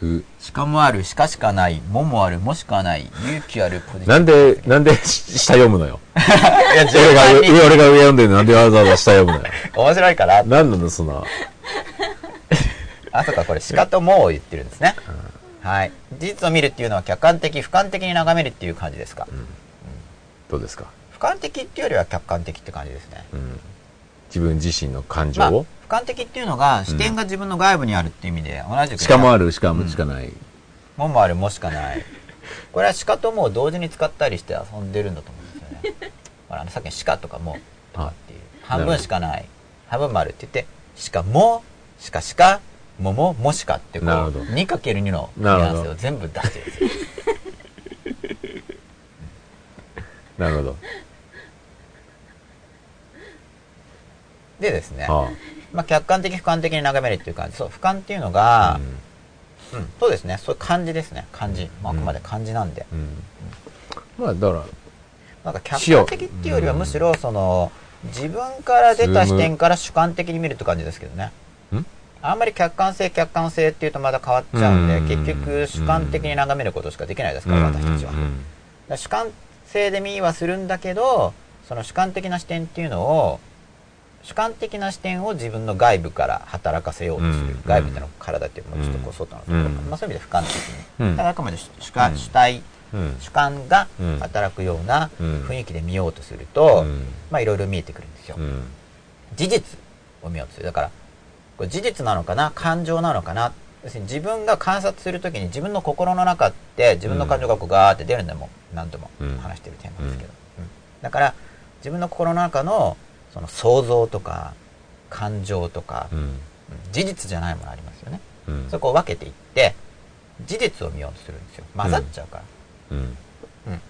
B: 風。
A: しかもあるしかしかないももあるもしかない勇気あるポジ
B: なんで、なんで下読むのよ。
A: いや
B: 俺
A: 順
B: が
A: 番 *laughs*
B: 上、
A: に
B: 俺が上読んでるのになんでわざわざ下読むのよ。
A: 面白いから
B: なんなのその、
A: あそうかこれ「しかとも」を言ってるんですね、はい事実を見るっていうのは客観的俯瞰的に眺めるっていう感じですか、
B: どうですか。
A: 俯瞰的っていうよりは客観的って感じですね
B: うん。自分自身の感情
A: まあ、
B: を
A: 俯。瞰的っていうのが視点が自分の外部にあるっていう意味で同じく
B: しかもあ
A: る
B: る、しかもしかない。
A: ももあるもしかないこれは鹿ともを同時に使ったりして遊んでるんだと思うんですよねほらあのさっきの鹿とかもとかっていう半分しかない半分丸って言って鹿も鹿鹿もももしかってこう
B: なるほど
A: 2×2 の組み合わせを全部出してるんです *laughs* よ
B: なるほど。
A: でですね、
B: あ
A: まあ、客観的俯瞰的に眺めるっていう感じそう俯瞰っていうの
B: あ。
A: が
B: う、ん
A: うんそうですねそういう感じですね感じ、まあ、あくまで感じなんで、
B: うんまあだから
A: なんか客観的っていうよりはむしろその自分から出た視点から主観的に見るって感じですけどね
B: ん
A: あんまり客観性客観性っていうとまた変わっちゃうんで
B: うん
A: 結局主観的に眺めることしかできないですから私たちは
B: う
A: だか
B: ん
A: ら主観性で見はするんだけどその主観的な視点っていうのを主観的な視点を自分の外部から働かせようとす
B: うん
A: る
B: うん
A: 外部っていうのは体っていうのはちょっとこう外のところ
B: うん
A: まあそういう意味で俯瞰的
B: うん
A: にだからあくまで主主観主体
B: うんうん
A: 主観が
B: うん
A: 働くような
B: うん
A: 雰囲気で見ようとすると、
B: うん
A: まあいろいろ見えてくるんですよ、
B: うん
A: 事実を見ようとするだからこれ事実なのかな感情なのかな要するに自分が観察するときに自分の心の中って自分の感情がこうガーって出るんでもう何度も
B: うん
A: 話してるテーマですけど、うんだから自分の心の中のその想像とか感情とか、
B: うん
A: うん事実じゃないものありますよね
B: うん
A: それをこう分けていって事実を見ようとするんですよ混ざっちゃうから、
B: うん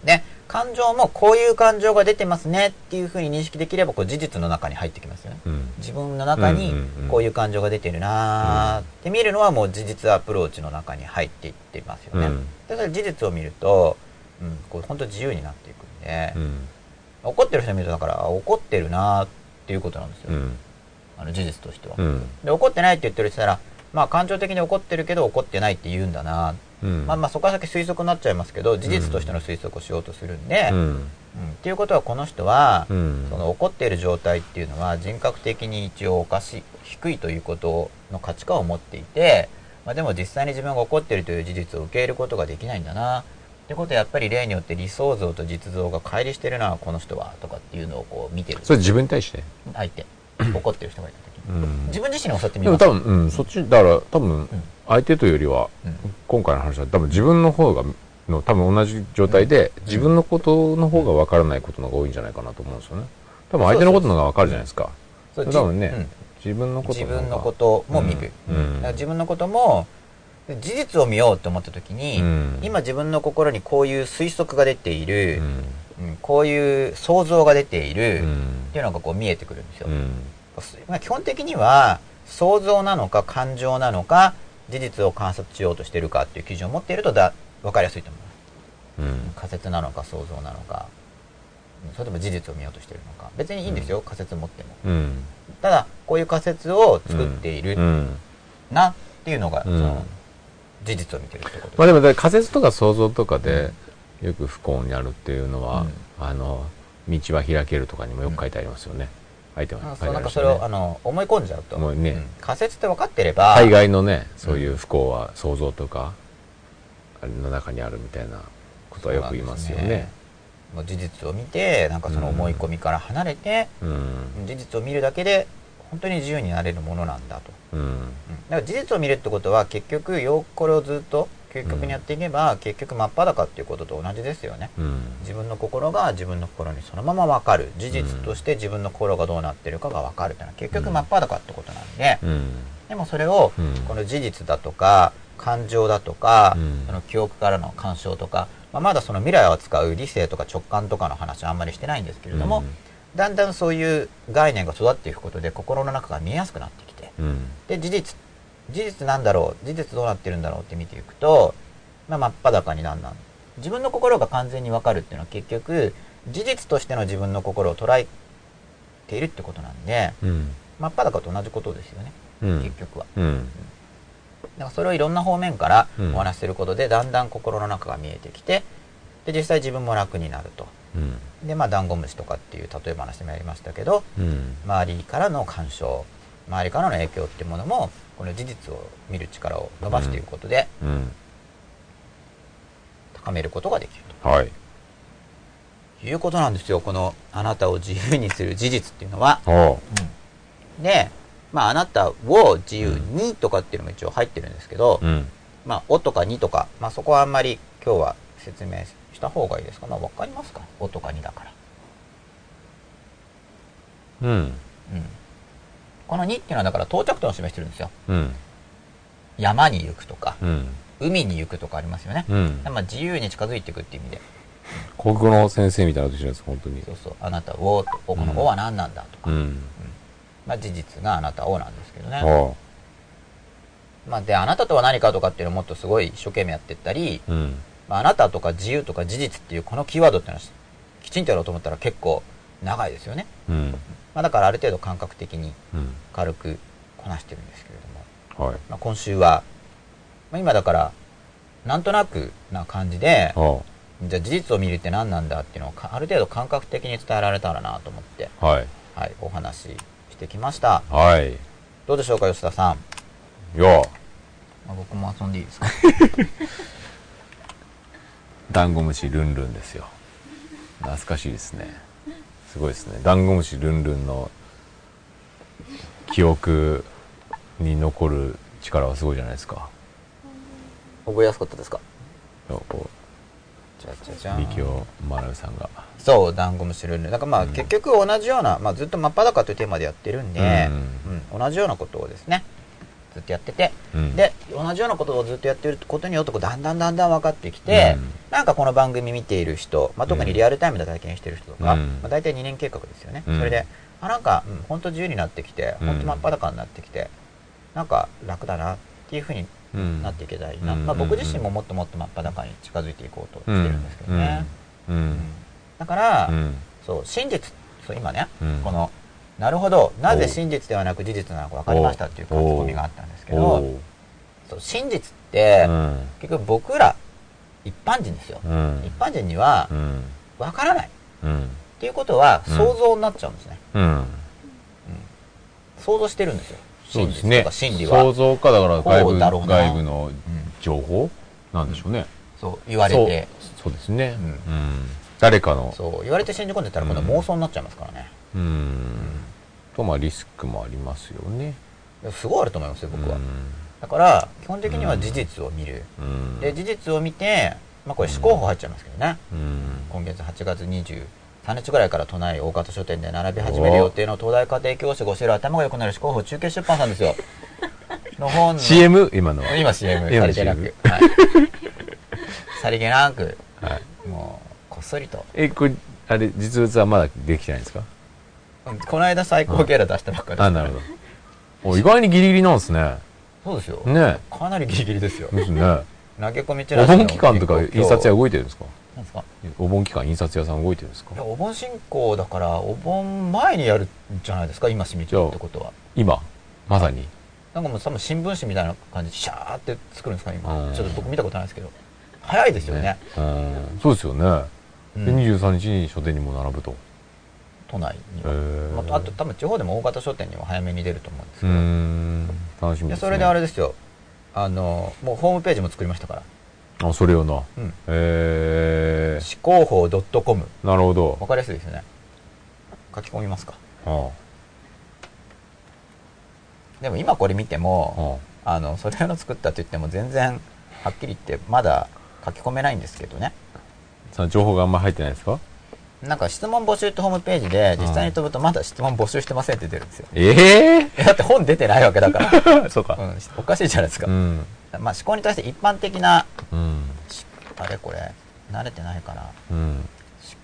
A: で感情もこういう感情が出てますねっていうふうに認識できればこう事実の中に入ってきますよね
B: うん
A: 自分の中に
B: うんうんうん
A: こういう感情が出てるなーって見るのはもう事実アプローチの中に入っていってますよね、
B: うん
A: だから事実を見ると、うん、こう本当自由になっていくんで、
B: うん
A: 怒ってる人見るとだからあ怒ってるなーっていうことなんですよ、
B: うん
A: あの事実としては、
B: うん
A: で怒ってないって言ってる人ならまあ感情的に怒ってるけど怒ってないって言うんだなー、
B: うん
A: まあまあそこは先推測になっちゃいますけど事実としての推測をしようとするんで、
B: うん
A: うんっていうことはこの人は、
B: うん
A: その怒っている状態っていうのは人格的に一応おかしい低いということの価値観を持っていて、まあ、でも実際に自分が怒っているという事実を受け入れることができないんだなってことはやっぱり例によって理想像と実像が乖離してるなこの人はとかっていうのをこう見てる
B: それ自分に対して *coughs*
A: 相手怒ってる人がいた時に
B: うん
A: 自分自身に襲ってみ
B: で
A: ま
B: も
A: す
B: 多分、うん、そっち、だから多分、相手というよりは、
A: うん
B: 今回の話は多分自分の方が、の多分同じ状態で、自分のことの方が分からないことの方が多いんじゃないかなと思うんですよね。多分相手のことの方が分かるじゃないですか。
A: そう
B: 多分ね、
A: じうん
B: 自分のこと
A: 自
B: の方が
A: 分のことも見る、
B: うん
A: だから自分のことも事実を見ようと思った時に、
B: うん
A: 今自分の心にこういう推測が出ていうる、
B: ん
A: うんこういう想像が出ていうる、っ
B: ん
A: ていうのがこう見えてくるんですよ、
B: うん
A: まあ、基本的には想像なのか感情なのか事実を観察しようとしてるかっていう基準を持っているとだ分かりやすいと思います
B: うん
A: 仮説なのか想像なのかうんそれとも事実を見ようとしてるのか別にいいんですよ、仮説持っても
B: うん
A: ただこういう仮説を作っている
B: うん
A: なっていうのが、そ
B: うん
A: の事実を見てるってこと
B: まあでもだから仮説とか想像とかでよく不幸になるっていうのは、
A: うん
B: あの道は開けるとかにもよく書いてありますよね、相手は
A: あ
B: 書
A: そ
B: いうてあ
A: なん
B: りま
A: か
B: す
A: そ
B: よ
A: れ
B: ね
A: をあの思い込んじゃうと
B: もうね
A: ん仮説って分かってれば
B: 海外のねそういう不幸は想像とか、あれの中にあるみたいなことはよく言いますよね
A: もう事実を見てなんかその思い込みから離れて、
B: うん
A: 事実を見るだけで本当に自由になれるものなんだと、
B: うん
A: うんだから事実を見るってことは結局よこれをずっと究極にやっていけば、結局真っ裸っていうことと同じですよね
B: うん
A: 自分の心が自分の心にそのまま分かる事実として自分の心がどうなってるかが分かるっていうのは結局真っ裸ってことなんで、
B: うん
A: でもそれを
B: うん
A: この事実だとか感情だとか、
B: うん
A: その記憶からの干渉とか、まあ、まだその未来を扱う理性とか直感とかの話はあんまりしてないんですけれども、だんだんそういう概念が育っていくことで心の中が見えやすくなってきて
B: うん
A: で事実事実なんだろう事実どうなってるんだろうって見ていくと、まあ、真っ裸になんだん自分の心が完全に分かるっていうのは結局事実としての自分の心を捉えているってことなんで
B: うん
A: 真っ裸と同じことですよね、
B: うん
A: 結局は
B: うん
A: だからそれをいろんな方面から
B: うん
A: お話しすることで、だんだん心の中が見えてきてで実際自分も楽になると
B: うん
A: でまあダンゴムシとかっていう例え話もやりましたけど
B: うん
A: 周りからの干渉周りからの影響っていうものもこの事実を見る力を伸ばしていくことで
B: うん
A: 高めることができる
B: はい
A: ということなんですよこのあなたを自由にする事実っていうのは。
B: おう
A: で、まあ、あなたを自由にとかっていうのも一応入ってるんですけど、
B: うん
A: まあ、おとかにとか、まあ、そこはあんまり今日は説明した方がいいですか、まあ、わかりますかおとかにだから。
B: うん
A: うん。このにっていうのはだから到着点を示してるんですよ。
B: うん
A: 山に行くとか、
B: うん
A: 海に行くとかありますよね。
B: うん
A: まあ、自由に近づいていくっていう意味で、
B: 国語の先生みたいなことしてるんです本当に
A: そうそう、あなたをと、この「を」は何なんだとか、
B: うん
A: まあ、事実があなたをなんですけどね。
B: おう
A: まあ、で、あなたとは何かとかっていうのをもっとすごい一生懸命やってったり、
B: うん
A: まあ、あなたとか自由とか事実っていうこのキーワードっていうのはきちんとやろうと思ったら結構長いですよね。
B: うん
A: まあ、だからある程度感覚的に
B: うん
A: 軽くこなしてるんですけれども、
B: はい
A: まあ、今週は、まあ、今だからなんとなくな感じで、
B: おう
A: じゃあ事実を見るって何なんだっていうのをかある程度感覚的に伝えられたらなと思って、
B: はい
A: はい、お話ししてきました。
B: はい
A: どうでしょうか、吉田さん。
B: よう
A: まあ僕も遊んでいいですか
B: ダンゴムシルンルンですよ懐かしいですねすごいですねダンゴムシルンルンの記憶に残る力はすごいじゃないですか
A: *laughs* 覚えやすかったですか
B: やっぱ
A: じゃじゃじゃん
B: 三木を学さんが、
A: そう、ダンゴムシルール。だからまあ、
B: うん
A: 結局同じような、まあずっと真っ裸というテーマでやってるんで、うん同じようなことをですね、ずっとやってて、
B: うん
A: で、同じようなことをずっとやってることによって、こうだんだんだんだん分かってきて、
B: うん
A: なんかこの番組見ている人、まあ特にリアルタイムで体験してる人とか、
B: うん
A: まあ大体2年計画ですよね。
B: うん
A: それで、あ、なんか、うん、本当自由になってきて、
B: うん
A: 本当真っ裸になってきて、なんか楽だなっていうふうに
B: うん
A: なっていけたらいいな。
B: うん
A: まあ僕自身ももっともっと真っ裸に近づいていこうとしてるんですけどね。
B: うんうん
A: だから、
B: うん
A: そう真実そう今ね、
B: うん
A: このなるほどなぜ真実ではなく事実なのか分かりましたっていう書き込みがあったんですけ
B: お
A: ど
B: う
A: そう真実って、
B: うん
A: 結局僕ら一般人ですよ、
B: うん
A: 一般人には
B: うん
A: 分からないっ
B: うん
A: ていうことは
B: うん
A: 想像になっちゃうんですね、
B: うん
A: 想像してるんですよ
B: そう
A: 真
B: です
A: 実と
B: ね
A: か真理は
B: 想像かだから外
A: こう
B: 部
A: だろうな
B: 外部の
A: うん
B: 情報なんでしょうね、
A: そう言われて
B: そうそうですね、
A: う
B: うんん誰かの
A: そう言われて信じ込んでたら今度
B: うん
A: 妄想になっちゃいますからね、
B: うんとまあリスクもありますよね
A: すごいあると思いますよ僕は、
B: うん
A: だから基本的には事実を見る、
B: うん
A: で事実を見てまあこれ試行法入っちゃいますけどね、
B: うん
A: 今月8月23日ぐらいから都内大方書店で並び始める予定の東大家庭教師ご指導頭が良くなる思考法中継出版さんです
B: *laughs*
A: よの本の
B: CM 今のは
A: 今 CM さ
B: 今
A: りげ
B: の
A: なく、はい、さりげなく
B: はい
A: もうこっそりと
B: えこれあれ実物はまだできてないんですか
A: うんこの間最高ギャラ出したばっかりです
B: あなるほどお意外にギリギリなんですね
A: そうですよ、
B: ね
A: かなりギリギリですよ
B: えですね
A: 投げ込みチ
B: お
A: ラシ
B: 盆期間とか印刷屋
A: 動
B: 動いてるんですか
A: なんですか
B: お盆期間印刷屋さん動いてるんですか
A: いやお盆進行だからお盆前にやるんじゃないですか今締め切るってことは
B: 今まさに
A: なんかもう多分新聞紙みたいな感じでシャーって作るんですか
B: う
A: 今
B: ん
A: ちょっと僕見たことないですけど早いですよね
B: うんそうですよね
A: う
B: で
A: ん
B: 23日に書店にも並ぶと
A: 都内に
B: へ
A: は、
B: ー
A: まあ、あと多分地方でも大型商店にも早めに出ると思うんです
B: う
A: け
B: ー
A: ど、
B: ん楽しみ
A: で
B: ですね
A: それであれですよあのもうホームページも作りましたから、
B: あそれよな
A: うん、
B: え
A: 思考法 .com
B: ー、なるほど
A: わかりやすいですよね書き込みますか
B: は
A: でも今これ見て
B: あ
A: も
B: は
A: あのそれの作ったと言っても全然はっきり言ってまだ書き込めないんですけどね
B: あその情報があんまり入ってないですか
A: なんか質問募集ってホームページで
B: うん
A: 実際に飛ぶとまだ質問募集してませんって出るんですよ
B: え
A: *laughs* だって本出てないわけだか
B: *laughs* え
A: *laughs*
B: ー、そう
A: ら、う
B: か
A: ん、おかしいじゃないですか、
B: うん
A: まあ思考に対して一般的な
B: うん
A: しあれこれ慣れてないかな
B: うん
A: 思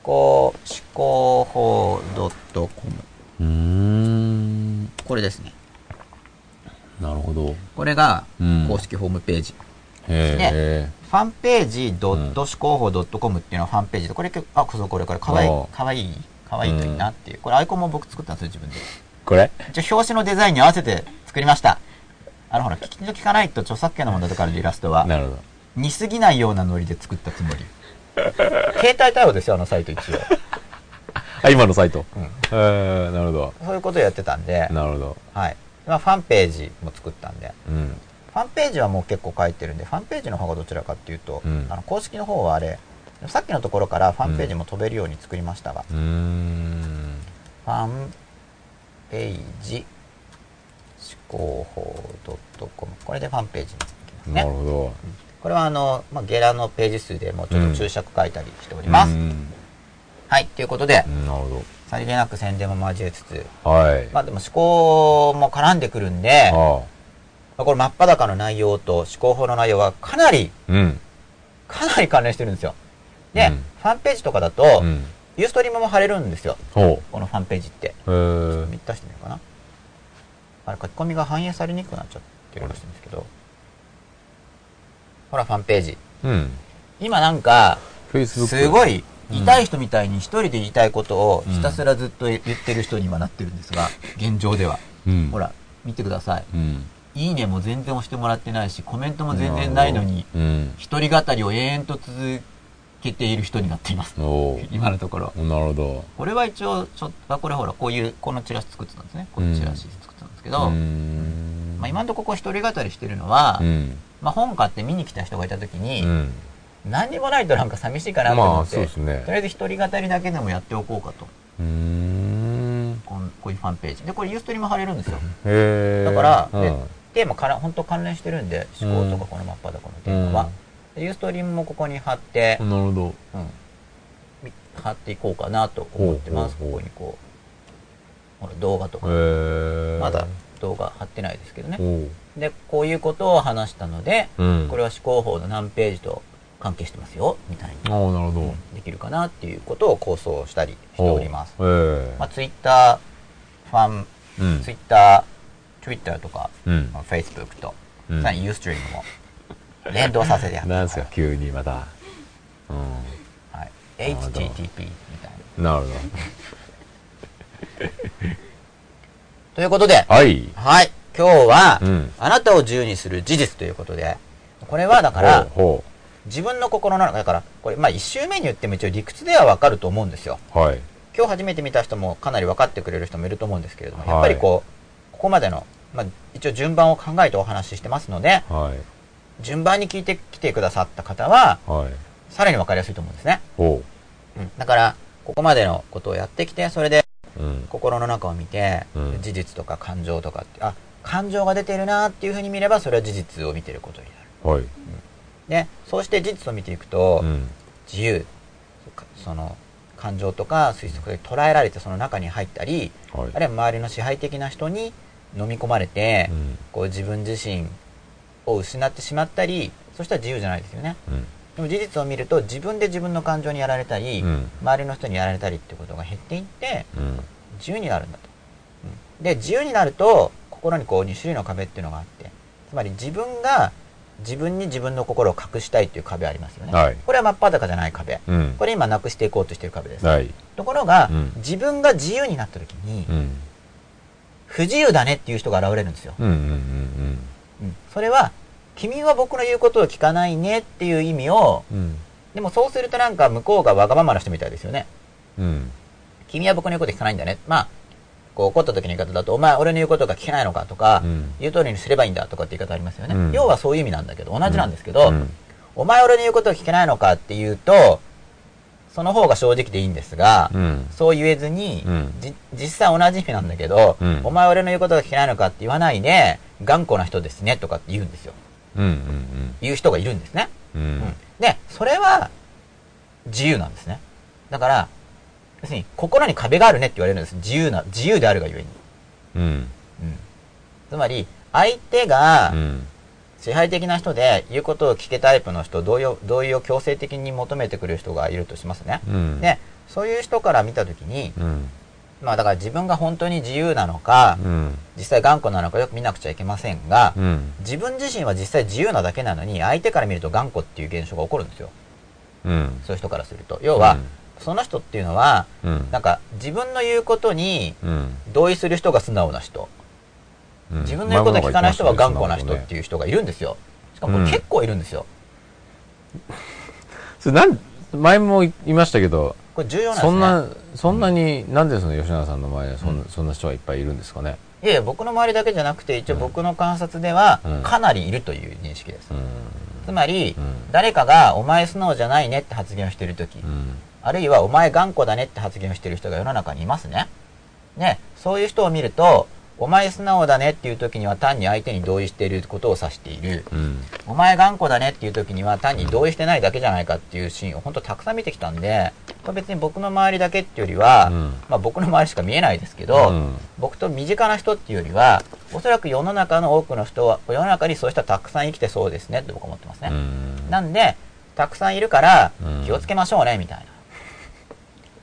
A: 考思考法 .com
B: うーん
A: これですね
B: なるほど
A: これが
B: うん
A: 公式ホームページ、
B: へえ
A: ファンページド
B: う
A: ッ
B: ん
A: ト思考法 .com っていうのはファンページでこれ結構あそうこれこれかわいい
B: あー
A: かわいいかわいいといいなっていうこれアイコンも僕作ったんですよ自分で
B: これ
A: じゃあ表紙のデザインに合わせて作りましたあのほら聞き聞かないと著作権の問題とかあるんでイラストは
B: なるほど
A: 似すぎないようなノリで作ったつもり *laughs* 携帯対応ですよあのサイト一応
B: あ今のサイト
A: うん
B: えー、なるほど
A: そういうことやってたんで、
B: なるほど
A: はい。まあ、ファンページも作ったんで、
B: うん
A: ファンページはもう結構書いてるんで、ファンページの方がどちらかっていうと、
B: うん
A: あの公式の方はあれ、さっきのところからファンページも飛べるように作りましたが、
B: うーん
A: ファンページ思考法 .com。これでファンページに行きます
B: なる
A: ね。
B: ほど、
A: これはあの、まあ、ゲラのページ数でもうちょっと注釈書いたりしております。
B: うん
A: はい。ということで
B: う、んなるほ
A: さりげなく宣伝も交えつつ、
B: どはい、
A: まあでも思考も絡んでくるんで、
B: ああ
A: まあこれ真っ裸の内容と思考法の内容はかなり、
B: うん
A: かなり関連してるんですよ。で、
B: うん
A: ファンページとかだと
B: う、ん
A: ユーストリームも貼れるんですよ。
B: ほ
A: このファンページって。
B: うへー
A: 見出してみようかな。あれ、書き込みが反映されにくくなっちゃってるらしいんですけど。ほら、ファンページ。
B: うん
A: 今なんか、
B: フェイスブック
A: すご
B: い
A: い、痛い人みたいに一人で言いたいことをひたすらずっと言ってる人に今なってるんですが、現状では。
B: うん
A: ほら、見てください。
B: うん
A: いいねも全然押してもらってないし、コメントも全然ないのに、
B: うん
A: 一人語りを永遠と続けている人になっています。
B: おー
A: 今のところ。
B: なるほど
A: これは一応、ちょっと、あこれほら、こういう、このチラシ作ってたんですね。こ
B: う
A: の
B: ん
A: チラシ作ってたんですけ
B: う
A: ど、
B: ーん
A: まあ今のところこう一人語りしてるのは、
B: うん
A: まあ本買って見に来た人がいた時に、
B: うん
A: 何にもないとなんか寂しいかなと
B: ま
A: 思
B: あ
A: っ
B: そう
A: て、
B: ですね
A: とりあえず一人語りだけでもやっておこうかと。
B: うーん
A: こんこういうファンページ。で、これユーストリーム貼れるんですよ。
B: へえ
A: だから、
B: うん
A: でテーマから、本当関連してるんで、思考とかこのマッパとかのテーマは。でユーストリームもここに貼って、
B: なるほど
A: うん、み貼っていこうかなと思ってます。
B: ほう
A: ここ
B: ほうほう
A: にこう、ほら動画と
B: へ
A: か、
B: え
A: まだ動画貼ってないですけどね
B: お。う
A: で、こういうことを話したので、
B: うん
A: これは思考法の何ページと関係してますよ、みたい
B: ああ
A: に、
B: なるほど
A: うんできるかなっていうことを構想したりして
B: ほう
A: おります。
B: へえ
A: まあ、ツイッター、ファン、
B: うん
A: ツイッター、ツイッターとか、
B: うん
A: まあ、Facebook と、
B: うん
A: さらに Ustream も連動させてやって
B: なん
A: ますす
B: か急にまたうん
A: はい。
B: なるほど
A: HTTP みたいな。
B: なるほ
A: ということで
B: ど。、はい。
A: はい。今日は、
B: うん
A: あなたを自由にする事実ということで、これはだから、
B: ほ
A: 自分の心の中、だから、これ、まあ一周目に言っても一応理屈ではわかると思うんですよ。
B: うほう。はい。
A: 今日初めて見た人もかなり分かってくれる人もいると思うんですけれども、
B: はい
A: やっぱりこう、ここまでの、まあ一応順番を考えてお話ししてますので、
B: はい。
A: 順番に聞いてきてくださった方は、
B: はい。
A: さらに分かりやすいと思うんですね。
B: ほ
A: うん、だから、ここまでのことをやってきて、それで、
B: うん
A: 心の中を見て、
B: うん
A: 事実とか感情とかってあ感情が出てるなっていうふうに見ればそれは事実を見てることになる
B: はい
A: でそうして事実を見ていくと、
B: うん
A: 自由かその感情とか推測で捉えられてその中に入ったり
B: はい
A: あるいは周りの支配的な人に飲み込まれて、
B: うん
A: こう自分自身を失ってしまったりそしたら自由じゃないですよね
B: うん
A: でも事実を見ると自分で自分の感情にやられたり、
B: うん
A: 周りの人にやられたりってことが減っていって
B: うん
A: 自由になるんだと、うんで自由になると心にこう2種類の壁っていうのがあってつまり自分が自分に自分の心を隠したいっていう壁ありますよね、
B: はい
A: これは真っ裸じゃない壁、
B: うん
A: これ今なくしていこうとしてる壁です、
B: はい
A: ところが、
B: うん
A: 自分が自由になった時に、
B: うん
A: 不自由だねっていう人が現れるんですよ、
B: うんうんうん
A: うんそれは君は僕の言うことを聞かないねっていう意味を
B: うんうん
A: でもそうするとなんか向こうがわがままな人みたいですよね
B: うん
A: 君は僕の言うこと聞かないんだねまあこう怒った時の言い方だとお前俺の言うことが聞けないのかとか、
B: うん
A: 言う通りにすればいいんだとかって言い方ありますよね、
B: うん
A: 要はそういう意味なんだけど同じなんですけど、
B: うん
A: お前俺の言うことを聞けないのかっていうとその方が正直でいいんですが、
B: うん
A: そう言えずに、
B: うん
A: じ実際同じ意味なんだけど、
B: うん
A: お前俺の言うことが聞けないのかって言わないで頑固な人ですねとかって言うんですよ
B: うん
A: 言う人がいるんですね、
B: うんうん
A: うんでそれは自由なんですねだから要するに心に壁があるねって言われるんです自由な自由であるがゆえに、
B: うん
A: うんつまり相手が
B: うん
A: 支配的な人で言うことを聞けタイプの人同意を同意を強制的に求めてくる人がいるとしますね、
B: うん
A: でそういう人から見た時に、
B: うん
A: まあだから自分が本当に自由なのか、
B: うん
A: 実際頑固なのかよく見なくちゃいけませんが、
B: うん
A: 自分自身は実際自由なだけなのに相手から見ると頑固っていう現象が起こるんですよ
B: うん
A: そういう人からすると要は、
B: うん
A: その人っていうのは
B: うん
A: なんか自分の言うことに
B: うん
A: 同意する人が素直な人
B: うん
A: 自分の言うことを聞かない人は頑固な人って
B: う
A: いう人がいるんですよしかもこれ結構いるんですよ
B: それなん前も言いましたけど
A: これ重要なんですね
B: そんなそんなになんでその吉永さんの前にそんなそんな人がいっぱいいるんですかね
A: いやいや僕の周りだけじゃなくて一応僕の観察では
B: うん
A: かなりいるという認識です、
B: うん
A: つまり、
B: うん
A: 誰かが「お前素直じゃないね」って発言をしてる時、
B: うん
A: あるいはお前頑固だねって発言をしてる人が世の中にいますね。ね、そういう人を見ると、お前素直だねっていう時には単に相手に同意していることを指している。
B: うん
A: お前頑固だねっていう時には単に同意してないだけじゃないかっていうシーンを本当たくさん見てきたんで、これ別に僕の周りだけっていうよりは、
B: うん
A: まあ僕の周りしか見えないですけど、
B: うん
A: 僕と身近な人っていうよりは、おそらく世の中の多くの人は、世の中にそういう人はたくさん生きてそうですねって僕は思ってますね。
B: うん
A: なんで、たくさんいるから
B: うん、
A: 気をつけましょうね、みたいな。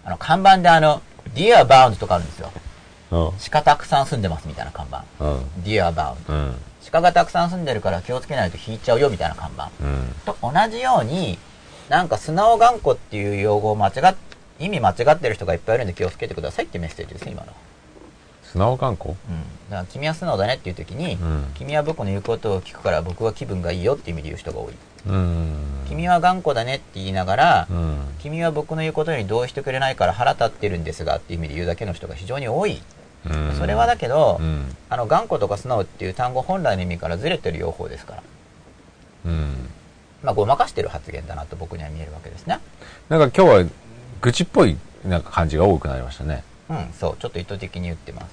A: あの、看板であの、Dear Bound とかあるんですよ。
B: うん
A: 鹿たくさん住んでます、みたいな看板。
B: うん
A: Dear Bound。
B: うん
A: 鹿がたくさん住んでるから気をつけないと引いちゃうよ、みたいな看板。
B: うん
A: と同じように、なんか素直頑固っていう用語を間違っ、意味間違ってる人がいっぱいいるんで気をつけてくださいっていうメッセージですね、今のは。
B: 素直頑固
A: うん。だから君は素直だねっていう時に、
B: ん
A: 君は僕の言うことを聞くから僕は気分がいいよっていう意味で言う人が多い。
B: うん
A: 君は頑固だねって言いながら、
B: うん
A: 君は僕の言うことに同意してくれないから腹立ってるんですがっていう意味で言うだけの人が非常に多い、
B: うん
A: それはだけど、
B: うん
A: あの頑固とか素直っていう単語本来の意味からずれてる用法ですから
B: うん
A: まあごまかしてる発言だなと僕には見えるわけですね
B: なんか今日は愚痴っぽいなんか感じが多くなりましたね
A: うんそうちょっと意図的に言ってます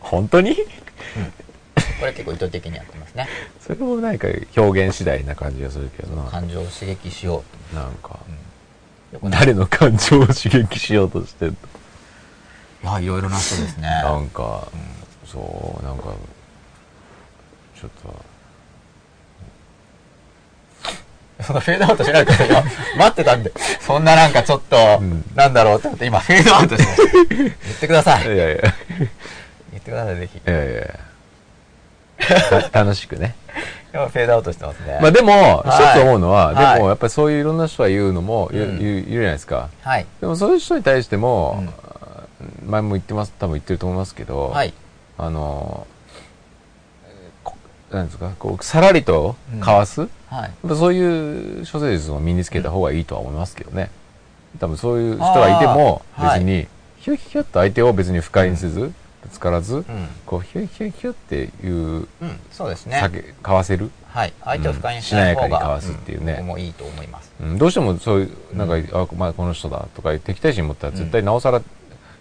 B: 本当に
A: これ結構意図的にやってますね
B: それもなんか表現次第な感じがするけどな
A: 感情を刺激しよう
B: なんか
A: とよくない
B: 誰の感情を刺激しようとしてる
A: いやいろいろな人
B: *laughs*
A: ですね
B: なんか、そうなんかちょっと
A: そのフェードアウトしないから今待ってたんでそんななんかちょっと、
B: うん
A: なんだろうと思って今フェードアウトしました
B: *laughs*
A: 言ってください
B: いやいやい
A: 言ってくださいぜひ
B: やいやた楽しくね
A: 今フェードアウトしてますね
B: *laughs* まあでも、
A: はい
B: 一つ思うのは、
A: はい
B: でもやっぱりそういういろんな人が言うのも、言う
A: うん
B: 言う言うじゃないですか
A: はい
B: でもそういう人に対しても、前も言ってます多分言ってると思いますけど、
A: はい
B: あのこなんですかこうさらりとかわす、
A: はい
B: やっぱそういう諸生術を身につけた方がいいとは思いますけどね。多分そういう人がいても、
A: あー
B: 別に、ヒュッヒュッと相手を別に不快にせず、ぶつから
A: う、
B: ず
A: ん
B: こう、ヒュッヒュッヒュッっていう、
A: うんそうですね
B: 避けかわせる。
A: はい相手を不快にし
B: うんしな
A: ない
B: やか
A: 方
B: にか
A: が
B: わすっていうね
A: 僕もいいと思います
B: うんどうしてもそういう、なんか、あ、まあこの人だとかいう敵対心持ったら絶対なおさら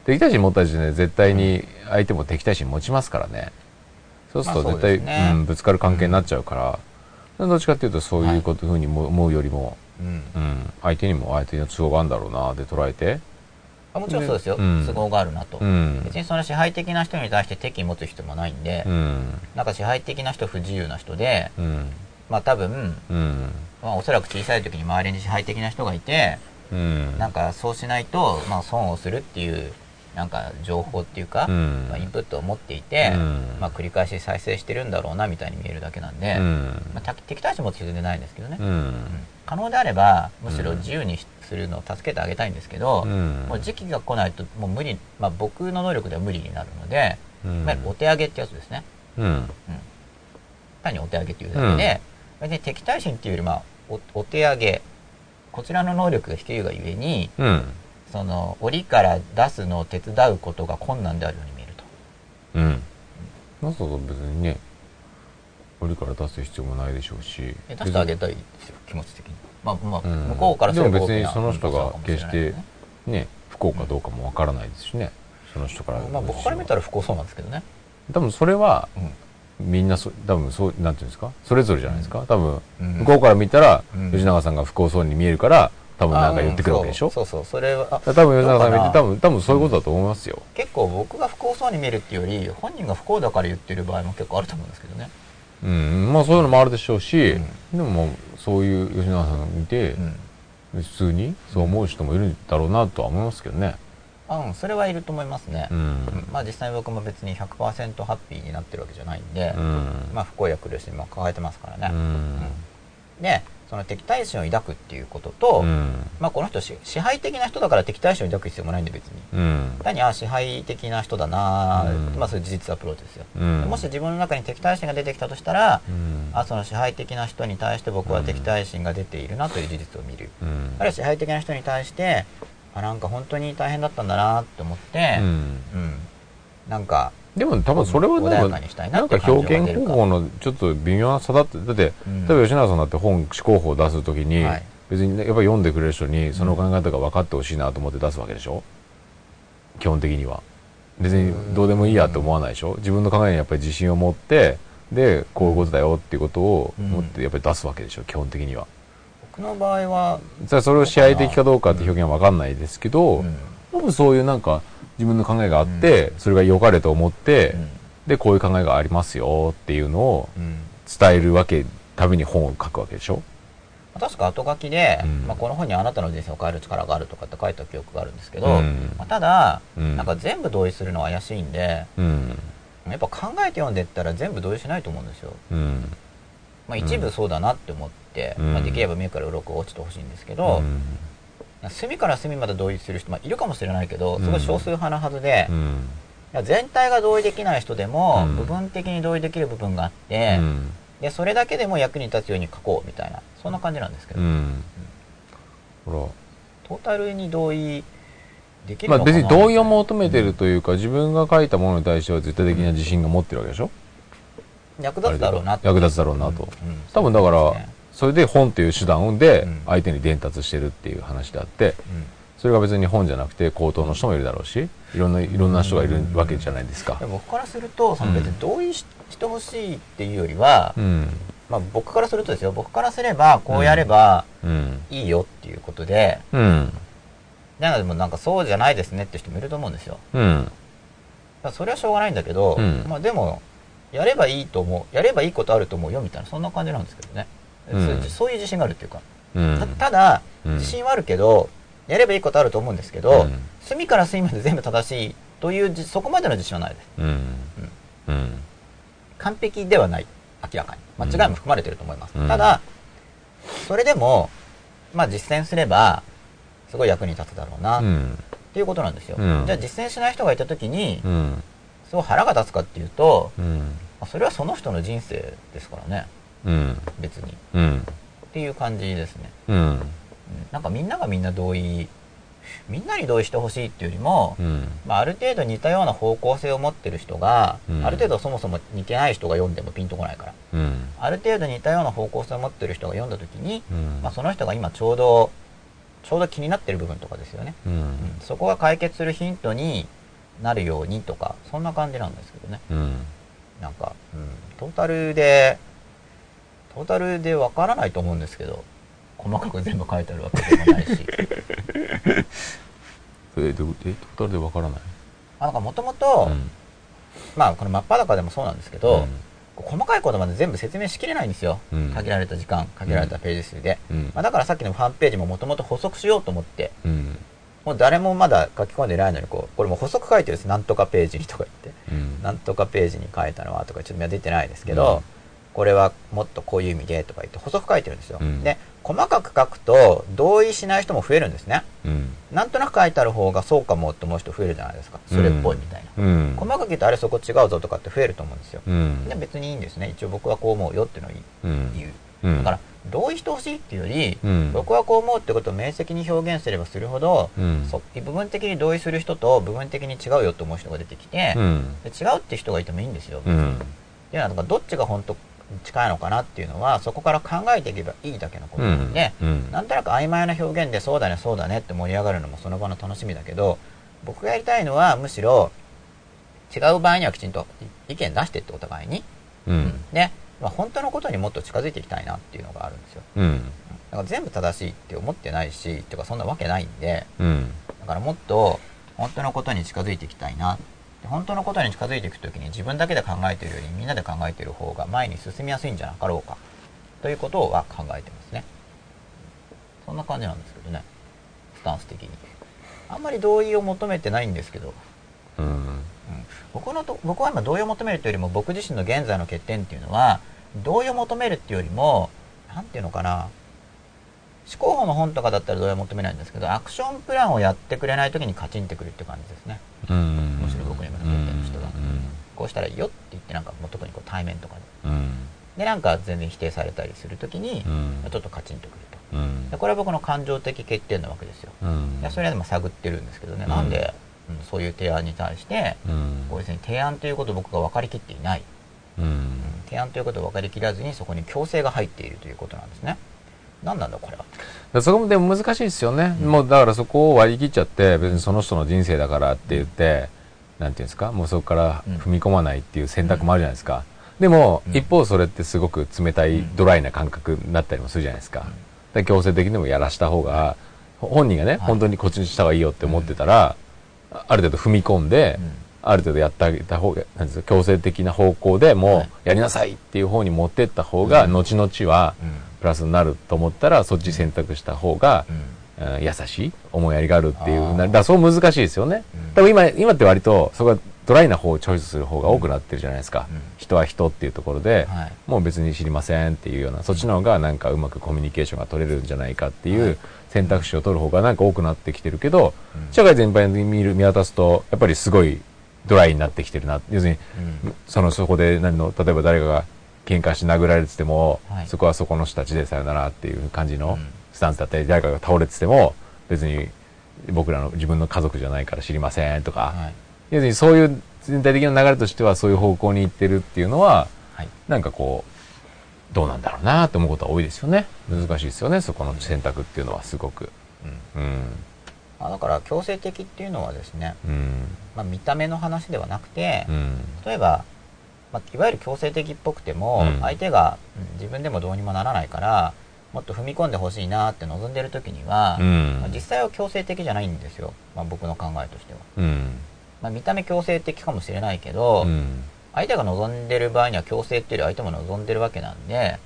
B: 敵対心持った時点で絶対に相手も敵対心持ちますからねそうすると
A: まあ
B: 絶対、
A: そうですね
B: うん、ぶつかる関係になっちゃうから、どっちかっていうとそういうこと、ふうにも思うよりも、
A: うん
B: うん、相手にも相手の都合があるんだろうなって捉えて、
A: あもちろんそうですよ、
B: うん
A: 都合があるなと、
B: うん
A: 別にその支配的な人に対して敵意持つ人もないんで、
B: うん
A: なんか支配的な人不自由な人で
B: うん
A: まあ多分、
B: うん
A: まあ、おそらく小さい時に周りに支配的な人がいて
B: うん
A: なんかそうしないと、まあ、損をするっていうなんか情報っていうか、
B: うん
A: まあ、インプットを持っていて、
B: うん
A: まあ、繰り返し再生してるんだろうなみたいに見えるだけなんで、
B: うん
A: まあ、た敵対心持つ人全然ないんですけどね、
B: う
A: うんん可能であればむしろ自由にするのを助けてあげたいんですけど、
B: うん
A: もう時期が来ないともう無理、まあ、僕の能力では無理になるので、
B: うん
A: いわゆるお手上げってやつですね、
B: うん
A: うん、単にお手上げっていうだけで、別に敵対心っていうより、まあ、おお手上げこちらの能力が低いがゆえに
B: うん
A: その檻から出すのを手伝うことが困難であるように見えると
B: うんそうそう別にね檻から出す必要もないでしょうし
A: え出してあげたいですよ気持ち的に、まあまあ、
B: うん
A: 向こうからすれば
B: でも別
A: 大き
B: に
A: な
B: その人が決し
A: う
B: て
A: ん
B: ね不幸かどうかもわからないですしねその人から
A: まあ僕から見た
B: ら
A: ら不幸そうなんですけどね、
B: 多分それは
A: うん
B: みんなそ多分そうなんていうんですかそれぞれじゃないですか多分
A: うん
B: 向こうから見たら
A: うん
B: 吉永さんが不幸そうに見えるから多分なんか言ってくるわけでし
A: あ
B: ょ
A: うんそうそうそうそれはあ
B: 多分吉永さんが見
A: ど
B: て
A: うかな
B: 多分多分そういうことだと思いますよ
A: 結構僕が不幸そうに見えるっていうより本人が不幸だから言ってる場合も結構あると思うんですけどね
B: うんまあそういうのもあるでしょうし
A: うん
B: でもまあそういう吉永さんを見て
A: うん
B: 普通にそう思う人もいるんだろうなとは思いますけどね
A: あうんそれはいると思いますね、
B: うん
A: まあ実際僕も別に100%ハッピーになってるわけじゃないんで、
B: うん
A: まあ不幸や苦しみも抱えてますから
B: う
A: ね、
B: ん
A: でその敵対心を抱くっていうことと、
B: うん
A: まあこの人し支配的な人だから敵対心を抱く必要もないんで別に
B: うん
A: 単にあ支配的な人だなあ、
B: うん
A: まあそういう事実アプローチですよ、
B: うん
A: もし自分の中に敵対心が出てきたとしたら、
B: うん
A: あその支配的な人に対して僕は敵対心が出ているなという事実を見る、
B: うん
A: あるいは支配的な人に対してあなんか本当に大変だったんだなって思って、
B: う
A: うん
B: ん
A: なんか、
B: でも多分それはでも
A: 穏やかにしたいな
B: な
A: っ
B: ん
A: て
B: か
A: いう感情が出る
B: 表現
A: か
B: 方法のちょっと微妙な差だってだって
A: うん
B: 例えば吉永さんだって本思考法を出す時に
A: はい
B: 別にねやっぱ読んでくれる人にその考え方が分かってほしいなと思って出すわけでしょ基本的には別にどうでもいいやと思わないでしょ自分の考えにやっぱり自信を持ってでこういうことだよっていうことを持ってやっぱり出すわけでしょ基本的には
A: 僕の場合は、
B: じゃあそれを試合的かどうかって表現は分かんないですけど、
A: うん
B: 多分そういうなんか自分の考えがあって、それが良かれと思って、
A: うん
B: でこういう考えがありますよっていうのを
A: うん
B: 伝えるわけために本を書くわけでしょ、
A: 確か後書きで、
B: うん
A: まあ、この本にあなたの人生を変える力があるとかって書いた記憶があるんですけど、
B: うん
A: まあ、ただ、
B: うん
A: なんか全部同意するのは怪しいんで
B: うん
A: やっぱ考えて読んでったら全部同意しないと思うんですよ、
B: うん
A: まあ、一部そうだなって思って、
B: うん
A: まあ、できれば目から鱗が落ちてほしいんですけ
B: う
A: ど、
B: ん
A: 隅から隅まで同意する人、まあ、いるかもしれないけどすごい少数派なはずで、
B: う
A: い
B: ん
A: や全体が同意できない人でも、
B: うん
A: 部分的に同意できる部分があっ
B: う
A: て、
B: ん
A: でそれだけでも役に立つように書こうみたいなそんな感じなんですけ
B: う
A: ど、
B: んほ
A: トータルに同意でき
B: ら
A: るの
B: まあ
A: かな
B: 別に同意を求めてるというか、自分が書いたものに対しては絶対的な自信が持ってるわけでしょ
A: 役立つだろうなって
B: 役立つだろうなと、
A: うんうん
B: 多分だか
A: そうです
B: ら
A: ね
B: それで本っていう手段で
A: うん
B: 相手に伝達してるっていう話であって、それが別に本じゃなくて口頭の人もいるだろうしいろんないろんな人がいるわけじゃないですか
A: で。も僕からするとその別
B: う
A: に
B: ん
A: 同意し,、てほしいっていうよりは、
B: うん
A: まあ、僕からするとですよ僕からすればこうやれば
B: うん
A: いいよっていうことで、
B: うん
A: なのでもうなんかそうじゃないですねって人もいると思うんですよ
B: うん
A: まあそれはしょうがないんだけど、
B: うん
A: まあ、でもやればいいと思うやればいいことあると思うよみたいなそんな感じなんですけどね、
B: うん
A: そういうそういう自信があるっていうか
B: うん
A: たただ、
B: うん
A: 自信はあるけどやればいいことあると思うんですけど、
B: うん
A: 隅から隅まで全部正しいというじそこまでの自信はないです
B: うんうん
A: 完璧ではない明らかに、まあ、
B: うん
A: 違いも含まれてると思います、
B: うん
A: ただそれでも、まあ、実践すればすごい役に立つだろうな、
B: う
A: っ
B: ん
A: ていうことなんですよ、
B: うん
A: じゃあ実践しない人がいた時に、
B: うん
A: すごい腹が立つかっていうと、
B: うん
A: まあそれはその人の人生ですからね
B: うん
A: 別にっ
B: うん
A: ていう感じですね、
B: うん
A: うんなんかみんながみんな同意みんなに同意してほしいっていうよりも、
B: うん
A: まあ、ある程度似たような方向性を持ってる人が、
B: うん
A: ある程度そもそも似てない人が読んでもピンとこないから
B: うん
A: ある程度似たような方向性を持ってる人が読んだ時に、
B: うん
A: まあ、その人が今ちょうどちょうど気になってる部分とかですよね、
B: う
A: うん
B: ん、
A: そこが解決するヒントになるようにとかそんな感じなんですけどね
B: うん、
A: なんか、うん、トータルでトータルでわからないと思うんですけど細かく全部書いてあるわけでもない
B: *laughs*
A: し
B: えどえトータルでわからない
A: あなんかもともと
B: うん
A: まあこの真っ裸でもそうなんですけど、細かいことまで全部説明しきれないんですよ、
B: うん
A: 限られた時間限られたページ数で、
B: うん
A: まあ、だからさっきのファンページももともと補足しようと思って
B: うん
A: もう誰もまだ書き込んでないのにこうこれもう補足書いてるんですなんとかページにとか言って
B: うん
A: なんとかページに書いたのはとかちょっと出てないですけ
B: う
A: ど、
B: ん
A: これはもっとこういう意味でとか言って補足書いてるんですよ、
B: うん
A: で細かく書くと同意しない人も増えるんですね
B: うん
A: なんとなく書いてある方がそうかもって思う人増えるじゃないですかそれっぽいみたいな、
B: うん
A: 細かく言うとあれそこ違うぞとかって増えると思うんですよ、
B: うん
A: で別にいいんですね一応僕はこう思うよっていうのを
B: うん
A: 言う、
B: う
A: だ
B: ん
A: から同意してほしいっていうより、
B: うん
A: 僕はこう思うってことを明晰に表現すればするほど、
B: うん
A: そ部分的に同意する人と部分的に違うよって思う人が出てきて、
B: うん
A: で違うって人がいてもいいんですよ。
B: う
A: っ
B: ん
A: ていうのはだからどっちが本当近いのかなっていうのはそこから考えていけばいいだけのこと
B: う
A: なんんで、
B: うん
A: なんとなく曖昧な表現でそうだねそうだねって盛り上がるのもその場の楽しみだけど僕がやりたいのはむしろ違う場合にはきちんと意見出してってお互いに。
B: うん
A: で、まあ、本当のことにもっと近づいていきたいなっていうのがあるんですよ。
B: うん
A: だから全部正しいって思ってないし、っていうかそんなわけないんで、
B: うん
A: だからもっと本当のことに近づいていきたいな。で本当のことに近づいていくときに自分だけで考えているよりみんなで考えている方が前に進みやすいんじゃなかろうか。ということは考えてますね。そんな感じなんですけどね。スタンス的に。あんまり同意を求めてないんですけど、
B: うん
A: うん僕のと僕は今同意を求めるというよりも僕自身の現在の欠点っていうのは同意を求めるっていうよりも何ていうのかな思考法の本とかだったら同意を求めないんですけどアクションプランをやってくれない時にカチンってくるって感じですね
B: うん
A: むしろ僕に向かって言ってる人が
B: うん
A: こうしたらいいよって言ってなんかもう特にこう対面とかで
B: うん
A: でなんか全然否定されたりする時に
B: うん
A: ちょっとカチンとくると
B: うん
A: でこれは僕の感情的欠点なわけですよ
B: うん
A: いやそれはでも探ってるんですけどね
B: うん
A: なんで、うんそういう提案に対して
B: うん
A: こう別に提案ということを僕が分かりきっていない
B: うん
A: 提案ということを分かりきらずにそこに強制が入っているということなんですね何なんだこれは
B: でそこもでも難しいですよね、もうだからそこを割り切っちゃって別にその人の人生だからって言ってなんていうんですかもうそこから
A: うん
B: 踏み込まないっていう選択もあるじゃないですか、でも、
A: うん
B: 一方それってすごく冷たい
A: うん
B: ドライな感覚になったりもするじゃないですか、
A: ん
B: で強制的にもやらした方がほ本人がね、
A: い
B: 本当にこっちにした方がいいよって思ってたら、あある程度踏み込んで、
A: うん
B: ある程度やってあげた方がなんですか強制的な方向でも
A: はいう
B: やりなさいっていう方に持ってった方が、
A: うん
B: 後々は
A: う
B: プラスになると思ったらそっち選択した方が、
A: ん
B: うん優しい思いやりがあるっていう
A: あー
B: なだからそう難しいですよね、
A: うん
B: 多分今今って割とそこがドライな方をチョイスする方が多くなってるじゃないですか、
A: うん
B: 人は人っていうところで、
A: はい
B: もう別に知りませんっていうようなそっちの方がなんかうまくコミュニケーションが取れるんじゃないかってい
A: は
B: う
A: い
B: 選択肢を取る方がなんか多くなってきてるけど、
A: うん
B: 社会全般に見る見渡すとやっぱりすごいドライになってきてるな要するに
A: うん
B: そのそこで何の例えば誰かが喧嘩して殴られてても、
A: はい
B: そこはそこの人たちでさよならっていう感じ
A: う
B: の
A: ん
B: スタンスだったり、誰かが倒れてても別に僕らの自分の家族じゃないから知りませんとか、
A: はい
B: 要するにそういう全体的な流れとしてはそういう方向に行ってるっていうのは
A: はい
B: なんかこうどうなんだろうなと思うことは多いですよね難しいですよねそこの選択っていうのはすごく
A: うん
B: うん
A: あだから強制的っていうのはですね、
B: うん
A: まあ、見た目の話ではなくて
B: うん
A: 例えば、まあ、いわゆる強制的っぽくても、
B: うん
A: 相手がうん自分でもどうにもならないからもっと踏み込んでほしいなって望んでる時には、
B: うん
A: まあ実際は強制的じゃないんですよ、まあ、僕の考えとしては、
B: うん
A: まあ、見た目強制的かもしれないけど、
B: うん
A: 相手が望んでる場合には強制っていうより相手も望んでるわけなんで、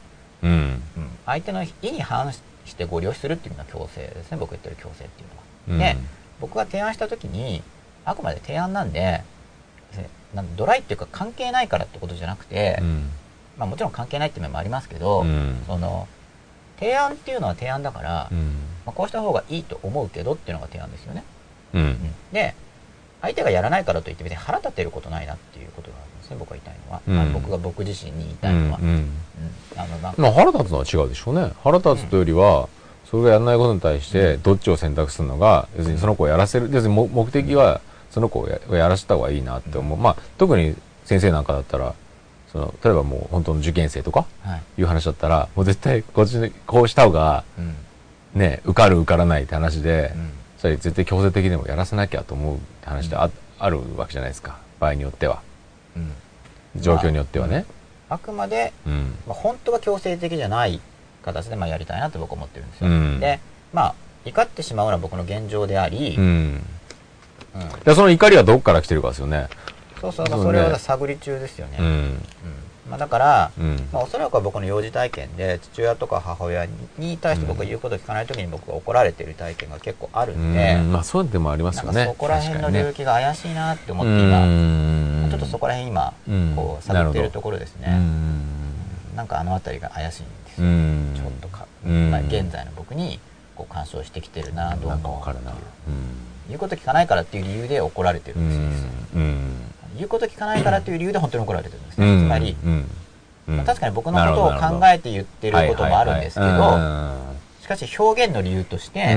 B: うん
A: 相手の意に反してご利用するっていうのは強制ですね僕言ってる強制っていう
B: う
A: の
B: ん
A: は。で僕が提案した時にあくまで提案なんでねなんかドライっていうか関係ないからってことじゃなくて、
B: うん
A: まあ、もちろん関係ないって面もありますけど、
B: うん
A: その提案っていうのは提案だから、まあ、こうした方がいいと思うけどっていうのが提案ですよね。
B: うんうん
A: で相手がやらないからといって別に腹立てることないなっていうことがあるんですね僕が言いたいのは、
B: うん
A: あの僕が僕自身に言いた
B: う
A: い
B: ん
A: のは、
B: うん
A: うんあのなんか
B: まあ腹立つのは違うでしょうね腹立つというよりは、それがやらないことに対してどっちを選択するのが要するにその子をやらせる要するにも目的はその子をややらせた方がいいなって思う、まあ特に先生なんかだったらその例えばもう本当の受験生とか
A: はい、
B: いう話だったらもう絶対こっちにこうした方が
A: うん
B: ね受かる受からないって話で、
A: うん
B: それ絶対強制的でもやらせなきゃと思うって話ってあ,、あるわけじゃないですか場合によっては
A: うん
B: 状況によってはね、
A: あくまで、
B: うん
A: まあ、本当は強制的じゃない形で、まあ、やりたいなって僕は思ってるんですよ、
B: うん
A: でまあ怒ってしまうのは僕の現状であり、
B: う
A: うん
B: んでその怒りはどこから来てるかですよね
A: そうそう
B: そうね
A: それは探り中ですよね、
B: う
A: うん
B: ん
A: まあ、だから、
B: うん
A: まあ、おそらくは僕の幼児体験で父親とか母親に対して僕が言うことを聞かない時に僕が怒られてる体験が結構ある
B: うん
A: で、
B: んまあそうでもあります
A: なん
B: よ
A: か
B: ね
A: そこら辺の
B: 確かに
A: 領
B: ね
A: 域が怪しいなって思って今、
B: うん
A: ちょっとそこら辺今、こう探ってるところです
B: う
A: ね、
B: ん
A: なんかあの辺りが怪しいんです
B: う
A: よ、
B: ん
A: ちょっとか、
B: うん
A: まあ、現在の僕にこう干渉してきてるなど
B: な
A: うん
B: かわ
A: も
B: かるな
A: 言うこと聞かないからっていう理由で怒られてる
B: うん
A: ですよ、
B: んうん
A: 言うこと聞かないからっていう理由で本当に怒られてるんです
B: う
A: ね、
B: ん
A: つまり、
B: うんうん
A: 確かに僕のことを考えて言ってることもあるんですけど、しかし表現の理由として、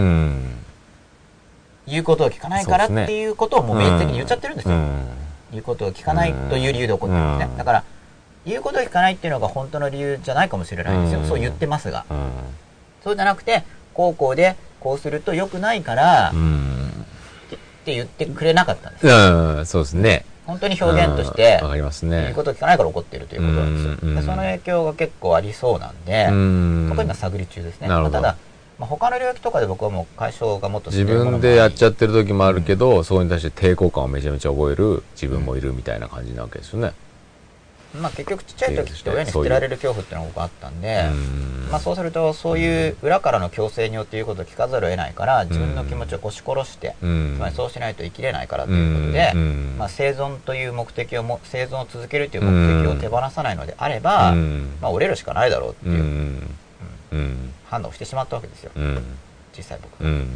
A: 言うことを聞かないからっ
B: そうですね
A: ていうことをもう明示的に言っちゃってるんですよ、言うことを聞かないという理由で怒ってるんですね、
B: うん
A: だから言うことを聞かないっていうのが本当の理由じゃないかもしれないんですよ、
B: うん
A: そう言ってますがそうじゃなくてこうこうでこうすると良くないから、って言ってくれなかったんです
B: そうですね
A: 本当に表現として、
B: わかります
A: 言う
B: ね
A: ことを聞かないから怒ってるということなんですよ、
B: うん
A: でその影響が結構ありそうなんで、そこ今探り中ですね、
B: なる
A: ま
B: ほ
A: あた
B: ど
A: だ、まあ、他の領域とかで僕はもう解消がもっと
B: 自分でやっち
A: ゃ
B: ゃってる時もあるけど、そこに対して抵抗感をめちゃめちゃ覚える自分もいるみたいな感じなわけですよね。
A: まあ結局ちっちゃい時って親に捨てられる恐怖っていうのが僕あったんで、まあ、そうするとそういう裏からの強制によって言うことを聞かざるを得ないから自分の気持ちを押し殺して、
B: うん
A: つまりそうしないと生きれないからということで、
B: うん
A: まあ、生存という目的をも生存を続けるという目的を手放さないのであれば、
B: うん
A: まあ、折れるしかないだろうって
B: う
A: いうん
B: うん
A: 判断をしてしまったわけですよ
B: うん
A: 実際僕
B: うん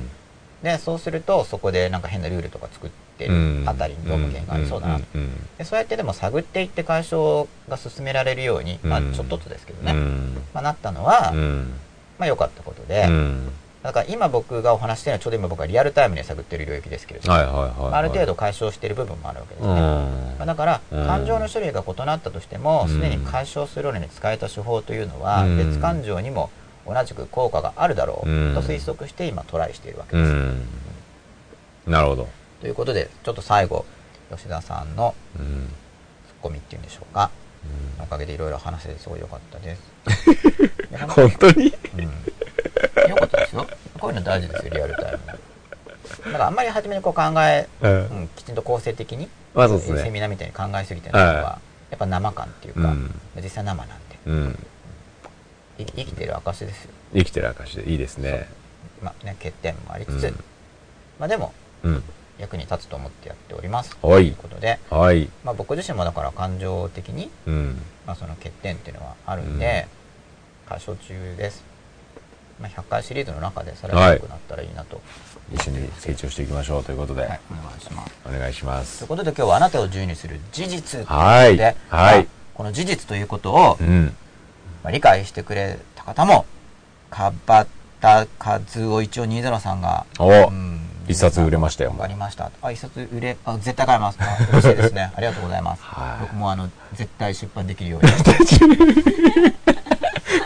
A: でそうするとそこでなんか変なルールとか作って
B: うん
A: るあたりにどうも原因がありそうだなと
B: んん
A: でそうやってでも探っていって解消が進められるように、まあ、
B: うん
A: ちょっとずつですけどね、
B: うん
A: まあ、なったのは、
B: うん
A: まあ、良かったことで、
B: うん
A: だから今僕がお話ししてるのはちょうど今僕はリアルタイムに探ってる領域ですけれども、
B: はいはいはいはい
A: ある程度解消してる部分もあるわけです
B: う
A: ね、
B: ん
A: まあだから
B: うん
A: 感情の種類が異なったとしても
B: うん
A: すで、に解消するのに使えた手法というのは、
B: うん
A: 別感情にも同じく効果があるだろう
B: うん
A: と推測して今トライしているわけ
B: う
A: です、
B: んなるほど
A: ということでちょっと最後吉田さんの
B: うん
A: ツッコミっていうんでしょうかおかげでいろいろ話せてすごい良かった
B: *laughs*
A: ですいや
B: 本当に
A: うん良かったですよこういうの大事ですよリアルタイムだからあんまり初めにこう考え、
B: うん
A: うんきちんと構成的に
B: まあそうです
A: セミ
B: ね
A: ナーみたいに考えすぎてないのは、
B: は
A: やっぱ生感っていうか、
B: うん
A: 実際生なんで
B: うん
A: い生きてる証ですよ
B: 生きてる証でいいですね
A: まあね欠点もありつつ、
B: うん
A: まあでも
B: うん
A: 役に立つと思ってやっておりますと
B: はい
A: いうことで、
B: はい
A: まあ、僕自身もだから感情的に、
B: うん
A: まあ、その欠点っていうのはあるんで、解消中です、まあ、100回シリーズの中でさらに良くなったらいいなと、
B: 一緒に成長していきましょうということで
A: はい、お願いします
B: お願いしま
A: とい
B: す
A: うことで今日はあなたを自由にする事実ということで、
B: はいはい
A: まあこの事実ということを
B: うん
A: まあ理解してくれた方も、かばたかずお一応20さんが、
B: お
A: うん
B: 一冊売れましたよ
A: わかりました。あ、一冊売れ、あ、絶対買います。あ嬉しいです
B: *laughs*
A: ね。ありがとうございます。
B: はい
A: 僕もあの、絶対出版できるように。い
B: *laughs*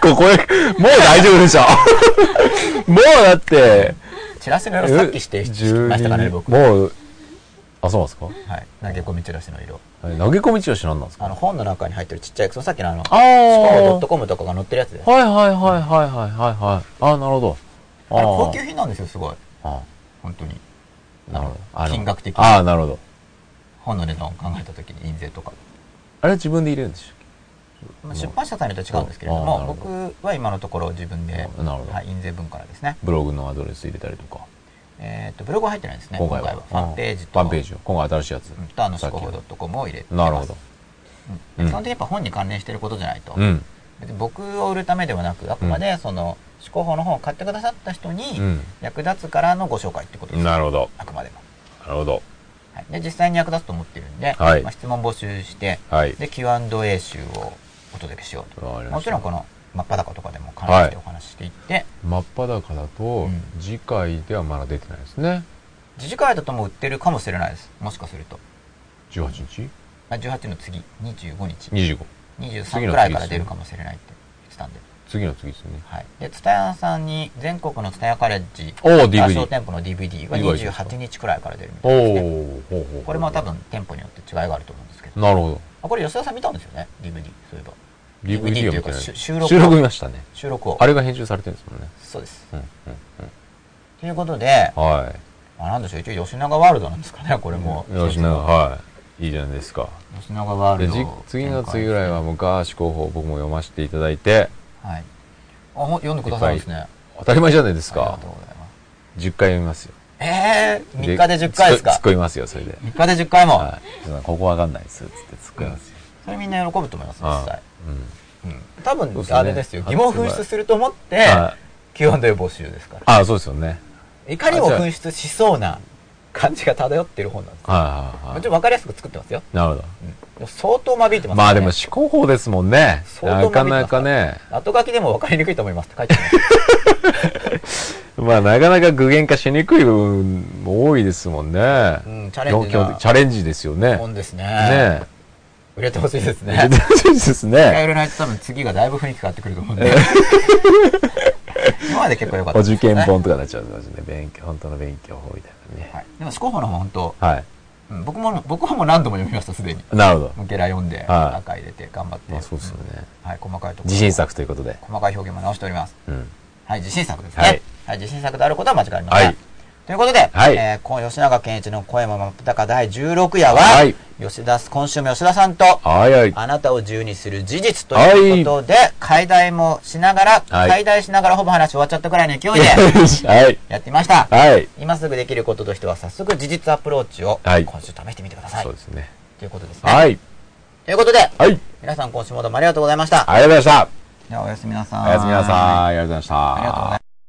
B: ここで、もう大丈夫でしょ *laughs* もうだって、
A: チラシの色さっきして、してましたからね、
B: 12
A: 僕。は
B: もう、あ、そうなんですか
A: い。投げ込みチラシの色。
B: あれ投げ込みチラシ何なんです
A: あ
B: か
A: の、本の中に入ってるちっちゃい、そのさっきのあの、ス
B: あ
A: コ
B: あ
A: ー
B: ー
A: .com とかが載ってるやつです。あれ、
B: はいはいはいはいはいはいはい。ああ、なるほど。あー
A: 高級品なんですよ、すごい。
B: あ
A: 本当に。
B: ーなるほど。あの
A: 金額的に
B: ああ、なるほど。
A: 本の値段を考えた時に印税とか。
B: あれ自分で入れるんでし
A: まあ、出版社さんによって違うんですけれど
B: あーな
A: も
B: るほ
A: 僕は今のところ自分で、
B: なるほど
A: はい、印税分からですね、
B: ブログのアドレス入れたりとか。
A: えー、とブログは入ってないですね
B: 今
A: 今
B: 回
A: 回
B: は。
A: はファンページと
B: あファンページを。今回新しいやつ
A: うん。とあの
B: さっ
A: 思
B: き
A: 考
B: の
A: 法 .com を入れてます
B: なるほど。
A: う、
B: うんん
A: 基本的にやっぱ本に関連していることじゃないと、
B: うん。
A: 別に僕を売るためではなくあくまでその思考法の本を買ってくださった人
B: う
A: に
B: ん。
A: 役立つからのご紹介ってことです、
B: なるほど。
A: あくまでも、
B: なるほど。
A: はい、で実際に役立つと思ってるんで、
B: はい
A: まあ、質問募集して
B: はい。
A: で Q&A 集をお届けしよう
B: わかり
A: と
B: ま
A: もち
B: した
A: ろんこの真っ裸とかでも関連してお話ししていって、
B: 真っ裸だと
A: うん、
B: 次回ではまだ出てないですね。
A: 自治会だともう売ってるかもしれないですもしかすると
B: 18日
A: あ18の次25日
B: ?25。次
A: 23
B: の
A: くらいから出るかもしれないって言ってたんで
B: 次の次ですよね。
A: はい。で、蔦屋さんに全国の蔦屋カレッジ、
B: おー DVD
A: 合唱店舗の DVD が
B: いいわけですか
A: 28日くらいから出るみ
B: お
A: たいですね。
B: お、ほうほうほう
A: これも多。分店舗によって違いがあると思うんですけど。
B: なるほど。
A: あこれ吉田さん見たんですよね ?DVD、そういえば。
B: DVD は
A: と
B: 見て
A: いう
B: な
A: か
B: い。
A: し収録を
B: 収録見ましたね。
A: 収録を。
B: あれが編集されてるんですもんね。
A: そうです。
B: うんうん
A: ということで、
B: うん。はい。
A: まあ、なんでしょう、一応吉永ワールドなんですかね、これも。
B: 吉永、はい。いいじゃないですか。
A: 吉永ワー
B: で
A: ルド
B: じ
A: を展開して。
B: 次の次ぐらいは昔広報僕も読ませていただいて、
A: はい。あ、ほ読んでくださるんですね。あ
B: 当たり前じゃないです
A: りが
B: か
A: と。うございます。
B: 10回読みますよ。
A: ええー、3日で10回です
B: 突
A: か
B: っ込みますよ、それで。
A: ?3 日で10回も、
B: はい。ここわかんないです、つって突っ込みますよ。
A: それみんな喜ぶと思います、実際。
B: うん。
A: うん。多
B: そうです
A: 分、
B: ね
A: あれですよ、疑問紛失すると思って、
B: あ
A: Q&A 募集ですから。
B: あ、そうですよね。
A: いかにも紛失しそうな感じが漂ってる本なんです。
B: はいはい
A: も
B: はい
A: ちろん分かりやすく作ってますよ。
B: なるほど。
A: うんでも相当間引いてます
B: まあでも
A: ね。
B: 思考法ですもんね。
A: 相
B: な
A: 当
B: か
A: 間引いてます
B: なかね。
A: 後書きでも分かりにくいと思いますって書いてます。
B: まあなかなか具現化しにくい部分も多いですもんね。
A: うん、チャレン
B: 基
A: ジ
B: 本的
A: な
B: チャレンジですよね。ね
A: 本ですね。
B: え。
A: *laughs* 売れてほしいですね。
B: チャレンジです
A: 一回
B: ね。
A: 売れないと多分次がだいぶ雰囲気変わってくると思うんで。今まで結構良かった
B: お
A: です
B: 受
A: ね、
B: 験本とかになっちゃうんですね。勉強、本当の勉強法みたいなね。
A: はい。でも、四候補の本本当、
B: はい。
A: うん、僕も、僕はもう何度も読みました、すでに。
B: なるほど。
A: もうゲラ読んで、
B: はい
A: 赤入れて、頑張って。
B: まあそうですよね。
A: うんはい、細かいところ。
B: 自信。作ということで。
A: 細かい表現も直しております。
B: うん。
A: はい、自信作です
B: はい
A: ね。はい、自信作であることは間違いありません。
B: はい
A: ということで、
B: はい
A: えーこの吉永健一の声もまっ高第16夜は、
B: はい
A: 吉田、今週も吉田さんと、
B: はいはい。
A: あなたを自由にする事実ということで、解題もしながら、
B: はい
A: 解題しながらほぼ話終わっちゃったくらいの勢いで
B: はい。
A: やってみました。
B: はい。
A: 今すぐできることとしては、早速事実アプローチを
B: は
A: 今
B: い
A: 週試してみてください。
B: そうですね。
A: ということですね。
B: はい。
A: ということで、
B: はい。
A: 皆さん今週もどうもありがとうございました。
B: ありがとうございました。
A: ではおやすみなさい。
B: おやすみなさい。ありがとうございました。
A: ありがとうございます